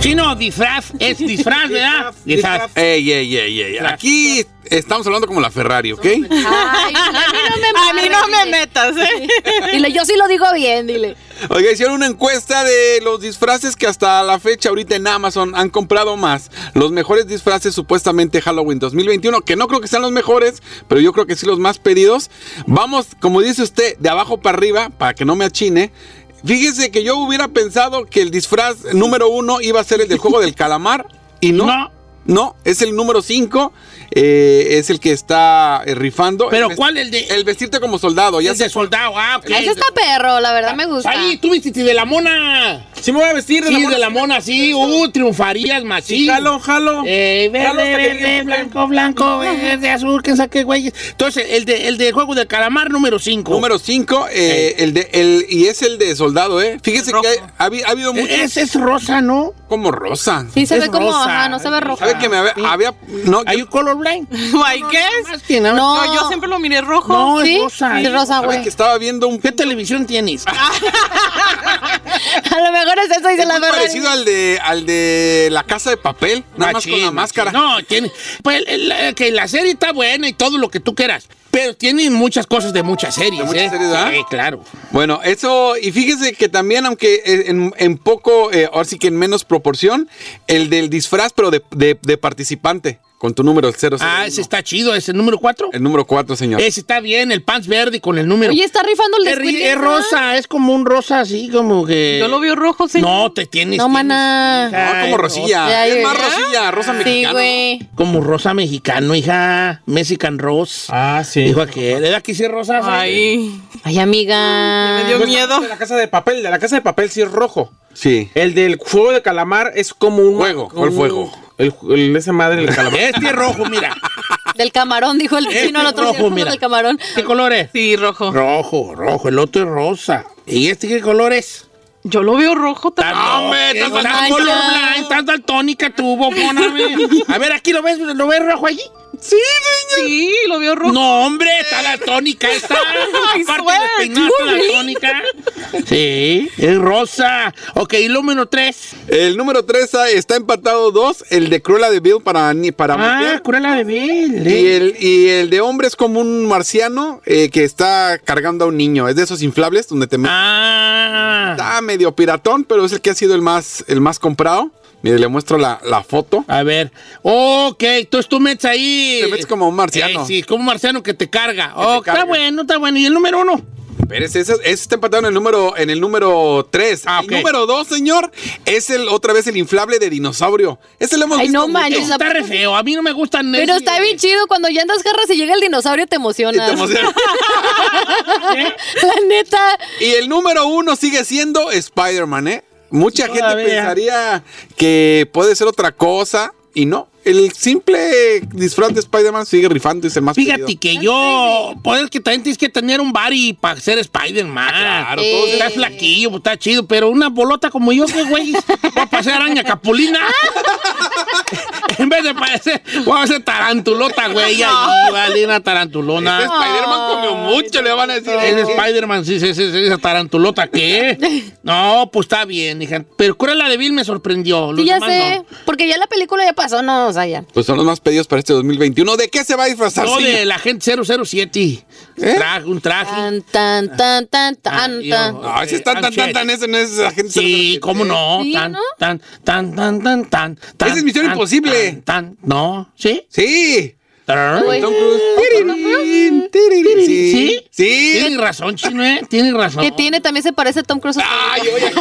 [SPEAKER 1] Chino, disfraz. Es disfraz, ¿verdad? Disfraz.
[SPEAKER 4] "Ah, Ey, ey, ey, ey. Aquí estamos hablando como la Ferrari, ¿ok?
[SPEAKER 2] Ay,
[SPEAKER 5] A
[SPEAKER 2] a
[SPEAKER 5] mí no me metas, ¿eh?
[SPEAKER 2] Dile, yo sí lo digo bien, dile.
[SPEAKER 4] Oiga, hicieron una encuesta de los disfraces que hasta la fecha ahorita en Amazon han comprado más. Los mejores disfraces supuestamente Halloween 2021, que no creo que sean los mejores, pero yo creo que sí los más pedidos. Vamos, como dice usted, de abajo para arriba, para que no me achine. Fíjese que yo hubiera pensado que el disfraz número uno iba a ser el del juego del calamar y no.
[SPEAKER 1] No.
[SPEAKER 4] No. es el número 5, es el que está eh, rifando.
[SPEAKER 1] ¿Pero
[SPEAKER 4] El vest-
[SPEAKER 1] cuál? ¿El de-
[SPEAKER 4] El vestirte como soldado, ya
[SPEAKER 1] Es de
[SPEAKER 4] sé.
[SPEAKER 1] soldado. Ah, ok.
[SPEAKER 2] Ese está perro, la verdad me gusta.
[SPEAKER 1] Ahí, tú viste de la mona.
[SPEAKER 3] Si me voy a vestir de
[SPEAKER 1] Sí,
[SPEAKER 3] la
[SPEAKER 1] de la mona, sí. Uh, triunfarías,
[SPEAKER 3] Sí,
[SPEAKER 1] machín.
[SPEAKER 3] jalo, jalo.
[SPEAKER 1] Eh, verde,
[SPEAKER 3] Jalo hasta que
[SPEAKER 1] verde,
[SPEAKER 3] llegue el
[SPEAKER 1] blanco, blanco, verde, azul, quién sabe qué güey. Entonces, el de, el de juego del calamar número 5.
[SPEAKER 4] Número 5, el de, el, y es el de soldado, ¿eh? Fíjese
[SPEAKER 3] Rojo.
[SPEAKER 4] que hay- ha, habi- ha habido mucho
[SPEAKER 1] Eh, Ese es rosa, ¿no?
[SPEAKER 4] como rosa.
[SPEAKER 2] Sí, se
[SPEAKER 1] Es
[SPEAKER 2] ve como,
[SPEAKER 1] rosa.
[SPEAKER 2] ajá, no se ve rojo.
[SPEAKER 4] ¿Sabe que me había, había- no,
[SPEAKER 1] Hay
[SPEAKER 4] yo-
[SPEAKER 1] un color
[SPEAKER 2] (laughs)
[SPEAKER 1] blind.
[SPEAKER 5] ¿Why guess?
[SPEAKER 1] Más que nada.
[SPEAKER 2] No.
[SPEAKER 5] No, yo siempre lo miré rojo.
[SPEAKER 1] No,
[SPEAKER 2] ¿Sí?
[SPEAKER 1] es rosa.
[SPEAKER 2] Sí,
[SPEAKER 1] ¿eh?
[SPEAKER 2] rosa,
[SPEAKER 4] sabe
[SPEAKER 2] güey.
[SPEAKER 4] que estaba viendo un
[SPEAKER 1] ¿Qué televisión tienes?
[SPEAKER 2] (laughs) Ah, A lo mejor es eso y se la
[SPEAKER 4] muy
[SPEAKER 2] verdad.
[SPEAKER 4] parecido al de al de la casa de papel, nada más con
[SPEAKER 1] Machín,
[SPEAKER 4] la máscara.
[SPEAKER 1] machín. No, tiene. Pues el- el- que la serie está buena y todo lo que tú quieras. Pero tiene muchas cosas de muchas series,
[SPEAKER 4] muchas
[SPEAKER 1] ¿eh?
[SPEAKER 4] series, ¿verdad?
[SPEAKER 1] Sí, claro.
[SPEAKER 4] Bueno, eso, y fíjese que también, aunque eh, en, en poco, eh, ahora sí que en menos proporción, el del disfraz, pero de, de- de participante, con tu número, el 0
[SPEAKER 1] Ah, ese está chido, ese número 4.
[SPEAKER 4] El número 4, señor.
[SPEAKER 1] Ese está bien, el pants verde con el número.
[SPEAKER 2] Oye, está rifando el de
[SPEAKER 1] es, ri-
[SPEAKER 2] Squid
[SPEAKER 1] es
[SPEAKER 2] Game, ¿verdad?
[SPEAKER 1] rosa, es como un rosa así, como que.
[SPEAKER 5] Yo lo veo rojo, sí.
[SPEAKER 1] No, te tienes.
[SPEAKER 2] No,
[SPEAKER 1] tienes-
[SPEAKER 2] mana.
[SPEAKER 4] No,
[SPEAKER 1] Ay,
[SPEAKER 4] como
[SPEAKER 1] no.
[SPEAKER 4] Rosilla.
[SPEAKER 2] Ya,
[SPEAKER 4] es
[SPEAKER 2] ya,
[SPEAKER 4] más
[SPEAKER 2] ya.
[SPEAKER 4] Rosilla, Rosa
[SPEAKER 2] Sí,
[SPEAKER 4] Mexicana.
[SPEAKER 2] güey.
[SPEAKER 1] Como rosa mexicano, hija. Mexican Rose.
[SPEAKER 3] Ah, sí.
[SPEAKER 1] Dijo aquel. ¿Era que sí es rosa? sí?
[SPEAKER 5] Ay,
[SPEAKER 2] Ay, amiga.
[SPEAKER 5] Mm, me dio miedo.
[SPEAKER 3] De la casa de papel, de la casa de papel sí es rojo.
[SPEAKER 4] Sí.
[SPEAKER 3] El del juego de calamar es como un.
[SPEAKER 4] Fuego,
[SPEAKER 3] como
[SPEAKER 4] ¿cuál fuego?
[SPEAKER 3] El, el- ese madre del calamar.
[SPEAKER 1] Este es rojo, mira.
[SPEAKER 2] Del camarón, dijo el
[SPEAKER 1] Este
[SPEAKER 2] chino el otro
[SPEAKER 1] rojo,
[SPEAKER 2] día. ¿cómo
[SPEAKER 1] mira.
[SPEAKER 2] Del camarón.
[SPEAKER 1] ¿Qué color es?
[SPEAKER 5] Sí, rojo.
[SPEAKER 1] Rojo, rojo. El otro es rosa. ¿Y este qué color es?
[SPEAKER 5] Yo lo veo rojo también.
[SPEAKER 1] Tan-
[SPEAKER 4] hombre,
[SPEAKER 1] que
[SPEAKER 4] estás
[SPEAKER 1] tan
[SPEAKER 2] daltónica.
[SPEAKER 1] colorblind, tan daltónica tu bocona, ve. A ver, aquí lo ves, ¿lo ves rojo allí?
[SPEAKER 5] Sí, señor. Sí, lo veo rojo.
[SPEAKER 1] No, hombre, está daltónica (laughs) esta.
[SPEAKER 5] I
[SPEAKER 1] Aparte
[SPEAKER 5] swear,
[SPEAKER 1] de peinar, está daltónica. Sí, es rosa. Ok, y lo número tres.
[SPEAKER 4] El número 3 está empatado 2, el de Cruella de Bill para, ni- para
[SPEAKER 1] Ah,
[SPEAKER 4] mujer.
[SPEAKER 1] curala de Bill.
[SPEAKER 4] Y
[SPEAKER 1] eh.
[SPEAKER 4] el, y el de hombre es como un marciano eh, que está cargando a un niño. Es de esos inflables donde te metes.
[SPEAKER 1] Ah.
[SPEAKER 4] Está medio piratón, pero es el que ha sido el más, el más comprado. Mire, le muestro la, la foto.
[SPEAKER 1] A ver. Ok, entonces tú metes ahí.
[SPEAKER 4] Te metes como un marciano.
[SPEAKER 1] Eh, sí, como un marciano que te carga. Oh,
[SPEAKER 4] carga.
[SPEAKER 1] está bueno, está bueno. ¿Y el número uno?
[SPEAKER 4] Pero ese, ese- ese está empatado en el número, en el número 3.
[SPEAKER 1] Ah, ok.
[SPEAKER 4] El número 2, señor, es el otra vez el inflable de dinosaurio. Ese lo hemos
[SPEAKER 2] Ay,
[SPEAKER 4] visto
[SPEAKER 2] no
[SPEAKER 4] mucho.
[SPEAKER 2] manches.
[SPEAKER 1] Está re feo. A mí no me gustan
[SPEAKER 2] Pero
[SPEAKER 1] esos.
[SPEAKER 2] está bien chido. Cuando ya andas garras y llega el dinosaurio, te
[SPEAKER 4] Y te
[SPEAKER 2] emocionas.
[SPEAKER 4] emociona.
[SPEAKER 2] (laughs) La neta.
[SPEAKER 4] Y el número uno sigue siendo Spider-Man, ¿eh? Mucha
[SPEAKER 1] Todavía.
[SPEAKER 4] gente pensaría que puede ser otra cosa y no. El simple disfraz de Spider-Man sigue rifando y se más
[SPEAKER 1] Fíjate
[SPEAKER 4] pedido.
[SPEAKER 1] que
[SPEAKER 2] Ah,
[SPEAKER 1] yo, poder que también tienes que tener un body para ser Spider-Man.
[SPEAKER 4] Ah, claro,
[SPEAKER 2] todo
[SPEAKER 1] Estás
[SPEAKER 2] eso.
[SPEAKER 1] Está flaquillo, pues, está
[SPEAKER 2] (laughs)
[SPEAKER 1] chido, pero una bolota como yo, qué güey. Va a pasar araña capulina. en vez de parecer, voy a hacer tarantulota, güey. Ya, y vale, una tarantulona.
[SPEAKER 4] Este Spider-Man comió mucho, le van a decir.
[SPEAKER 1] El Spider-Man, sí, sí, sí, sí, esa tarantulota,
[SPEAKER 2] (laughs)
[SPEAKER 1] ¿qué? No, pues está bien, hija. Pero Cruella de Vil me sorprendió. los
[SPEAKER 2] Sí, ya
[SPEAKER 1] demás
[SPEAKER 2] sé.
[SPEAKER 1] no.
[SPEAKER 2] Porque ya la película ya pasó, no, o sea, ya.
[SPEAKER 4] Pues son los más pedidos para este 2021. ¿De qué se va a disfrazar?
[SPEAKER 1] No,
[SPEAKER 4] señor?
[SPEAKER 1] de la gente 007.
[SPEAKER 2] ¿Eh?
[SPEAKER 1] Traje, un traje.
[SPEAKER 2] Tan, tan, tan, tan,
[SPEAKER 1] Ah,
[SPEAKER 2] tan,
[SPEAKER 1] yo-
[SPEAKER 2] tan.
[SPEAKER 4] No, ese está tan, tan, tan, ese no es agente.
[SPEAKER 1] Sí, cómo no.
[SPEAKER 2] Sí,
[SPEAKER 1] Tan,
[SPEAKER 2] ¿no?
[SPEAKER 1] tan, tan, tan, tan, tan, tan.
[SPEAKER 4] Esa es Misión
[SPEAKER 1] tan,
[SPEAKER 4] Imposible.
[SPEAKER 1] Tan, tan. no, ¿sí?
[SPEAKER 4] Sí.
[SPEAKER 2] Güey.
[SPEAKER 4] Tom Cruise. Tirirín, tirirín.
[SPEAKER 1] ¿Sí?
[SPEAKER 4] Sí. Sí.
[SPEAKER 1] Tienes razón, chino, ¿eh? Tienes razón.
[SPEAKER 2] Que tiene, también se parece a Tom Cruise. a su
[SPEAKER 1] Ah,
[SPEAKER 4] Ay,
[SPEAKER 2] hijo.
[SPEAKER 4] oye, aquí.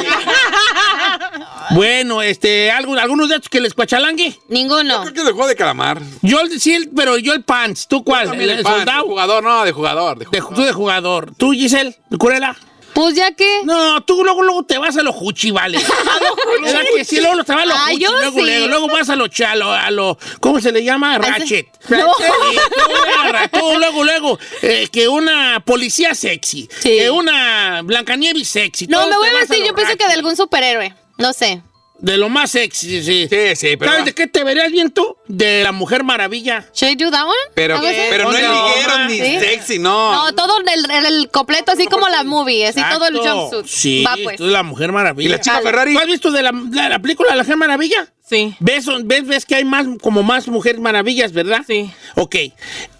[SPEAKER 1] Bueno, este, algún- algunos de estos que les cuachalangue.
[SPEAKER 2] Ninguno.
[SPEAKER 4] Creo que es el juego de calamar.
[SPEAKER 1] Yo el- sí, el- pero yo el pants. ¿Tú cuál?
[SPEAKER 4] También
[SPEAKER 1] el,
[SPEAKER 4] de
[SPEAKER 1] el
[SPEAKER 4] fan, de
[SPEAKER 1] soldado.
[SPEAKER 4] jugador, no, de jugador. De
[SPEAKER 1] De,
[SPEAKER 4] jugador.
[SPEAKER 1] tú de jugador. ¿Tú, Giselle? ¿Curela?
[SPEAKER 2] Pues ya que.
[SPEAKER 1] No, tú luego, luego te vas a los juchi,
[SPEAKER 2] (laughs)
[SPEAKER 1] vale. ¿Verdad que sí? Luego te vas a los
[SPEAKER 2] Ah,
[SPEAKER 1] juchi.
[SPEAKER 2] yo
[SPEAKER 1] luego,
[SPEAKER 2] sí.
[SPEAKER 1] luego, luego vas a los chalo, a los, ¿cómo se le llama? Ratchet.
[SPEAKER 2] No.
[SPEAKER 1] (laughs) Sí, tú, agarra, tú, luego, luego, eh, que una policía sexy,
[SPEAKER 2] Sí.
[SPEAKER 1] que una Blancanieves sexy.
[SPEAKER 2] No,
[SPEAKER 1] todo
[SPEAKER 2] me voy
[SPEAKER 1] te
[SPEAKER 2] a
[SPEAKER 1] vas
[SPEAKER 2] vestir,
[SPEAKER 1] lo
[SPEAKER 2] yo pienso
[SPEAKER 1] ratchet,
[SPEAKER 2] que de algún superhéroe. No sé.
[SPEAKER 1] De lo más sexy, sí.
[SPEAKER 4] Sí, sí, pero.
[SPEAKER 1] ¿Sabes de qué te verías bien tú? De la Mujer Maravilla.
[SPEAKER 2] ¿Should I do that one?
[SPEAKER 4] Pero,
[SPEAKER 2] ¿Algo así?
[SPEAKER 4] pero no es
[SPEAKER 1] Ponle
[SPEAKER 4] liguero
[SPEAKER 1] broma.
[SPEAKER 4] ni
[SPEAKER 2] Sí.
[SPEAKER 4] sexy, no.
[SPEAKER 2] No, todo el, el- el completo, así como la movie, así todo el
[SPEAKER 1] Exacto.
[SPEAKER 2] jumpsuit.
[SPEAKER 1] Sí,
[SPEAKER 2] Va pues.
[SPEAKER 1] tú de la Mujer Maravilla.
[SPEAKER 4] ¿Y la chica
[SPEAKER 2] Chale.
[SPEAKER 4] Ferrari?
[SPEAKER 1] ¿Tú has visto de la, la- la película de la Mujer Maravilla?
[SPEAKER 5] Sí.
[SPEAKER 1] ¿Ves, ves, ves que hay más, como más mujeres maravillas, ¿verdad?
[SPEAKER 5] Sí.
[SPEAKER 1] Ok.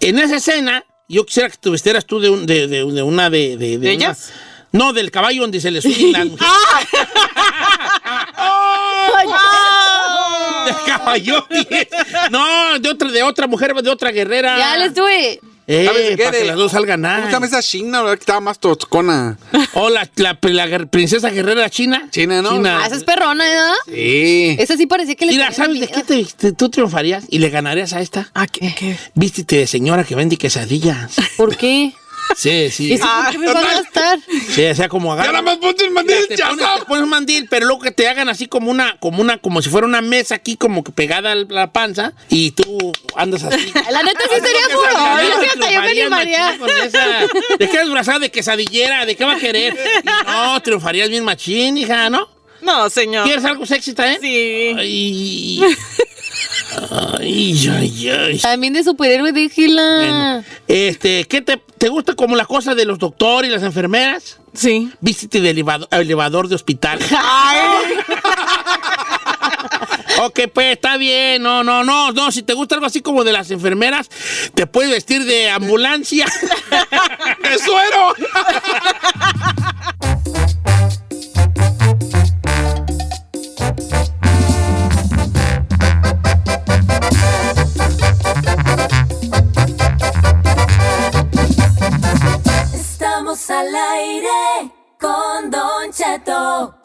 [SPEAKER 1] En esa escena, yo quisiera que te vistieras tú de, un- de- de- de una de. ¿De,
[SPEAKER 5] ¿De
[SPEAKER 1] una-
[SPEAKER 5] ellas?
[SPEAKER 1] no, del caballo donde se les suben
[SPEAKER 2] (laughs)
[SPEAKER 1] las mujeres.
[SPEAKER 2] ¡Ah!
[SPEAKER 1] ¡Del caballo! no, de otra, de otra mujer, de otra guerrera.
[SPEAKER 2] Ya, let's do it.
[SPEAKER 1] Eh,
[SPEAKER 4] ¿Sabes de qué?
[SPEAKER 1] para que
[SPEAKER 4] De-
[SPEAKER 1] las dos salgan nada.
[SPEAKER 4] ¿Cómo se llama esa china? La verdad que estaba más toscona.
[SPEAKER 1] O la, la- la guer- princesa guerrera china.
[SPEAKER 4] China, ¿no?
[SPEAKER 2] Ah, esa es perrona, ¿verdad?
[SPEAKER 4] Sí.
[SPEAKER 2] Esa sí parecía que le
[SPEAKER 1] Mira,
[SPEAKER 2] tenía
[SPEAKER 1] ¿sabes de
[SPEAKER 2] miedo.
[SPEAKER 1] qué te, te- tú triunfarías y le ganarías a esta?
[SPEAKER 5] ¿A Ah, qué? qué?
[SPEAKER 1] Vístete de señora que vende quesadillas.
[SPEAKER 2] ¿Por qué?
[SPEAKER 1] Sí,
[SPEAKER 2] (laughs) ¿Y
[SPEAKER 1] sí.
[SPEAKER 2] eso por qué me va a gastar?
[SPEAKER 1] Sí, o sea, como
[SPEAKER 4] Ya
[SPEAKER 1] agarra.
[SPEAKER 4] nada más ponte el mandil,
[SPEAKER 1] Mira, te
[SPEAKER 4] ya
[SPEAKER 1] pones,
[SPEAKER 4] está.
[SPEAKER 1] te pones un mandil, pero luego que te hagan así como una, como una, como si fuera una mesa aquí, como que pegada a la panza, y tú andas
[SPEAKER 2] (laughs)
[SPEAKER 1] así.
[SPEAKER 2] La neta sí sería
[SPEAKER 1] Esa
[SPEAKER 2] furor.
[SPEAKER 1] diadema
[SPEAKER 2] fíjate, Yo me
[SPEAKER 1] triunfaría,
[SPEAKER 2] animaría.
[SPEAKER 1] machín, con esa. ¿De qué disfrazada de quesadillera? ¿De qué va a querer? Y No, triunfarías bien machín, hija, ¿no?
[SPEAKER 5] No, señor.
[SPEAKER 1] ¿Quieres algo sexy también?
[SPEAKER 5] Sí.
[SPEAKER 1] Ay, ay, ay, ay.
[SPEAKER 2] También de superhéroe, déjela.
[SPEAKER 1] Este, ¿qué te, te gusta como las cosas de los doctores y las enfermeras?
[SPEAKER 5] Sí.
[SPEAKER 1] Vístete de elevado- elevador de hospital. (laughs) ok, pues está bien. No, no, no, no. Si te gusta algo así como de las enfermeras, te puedes vestir de ambulancia. (laughs)
[SPEAKER 4] ¡De suero!
[SPEAKER 7] Estamos al aire con Don Cheto.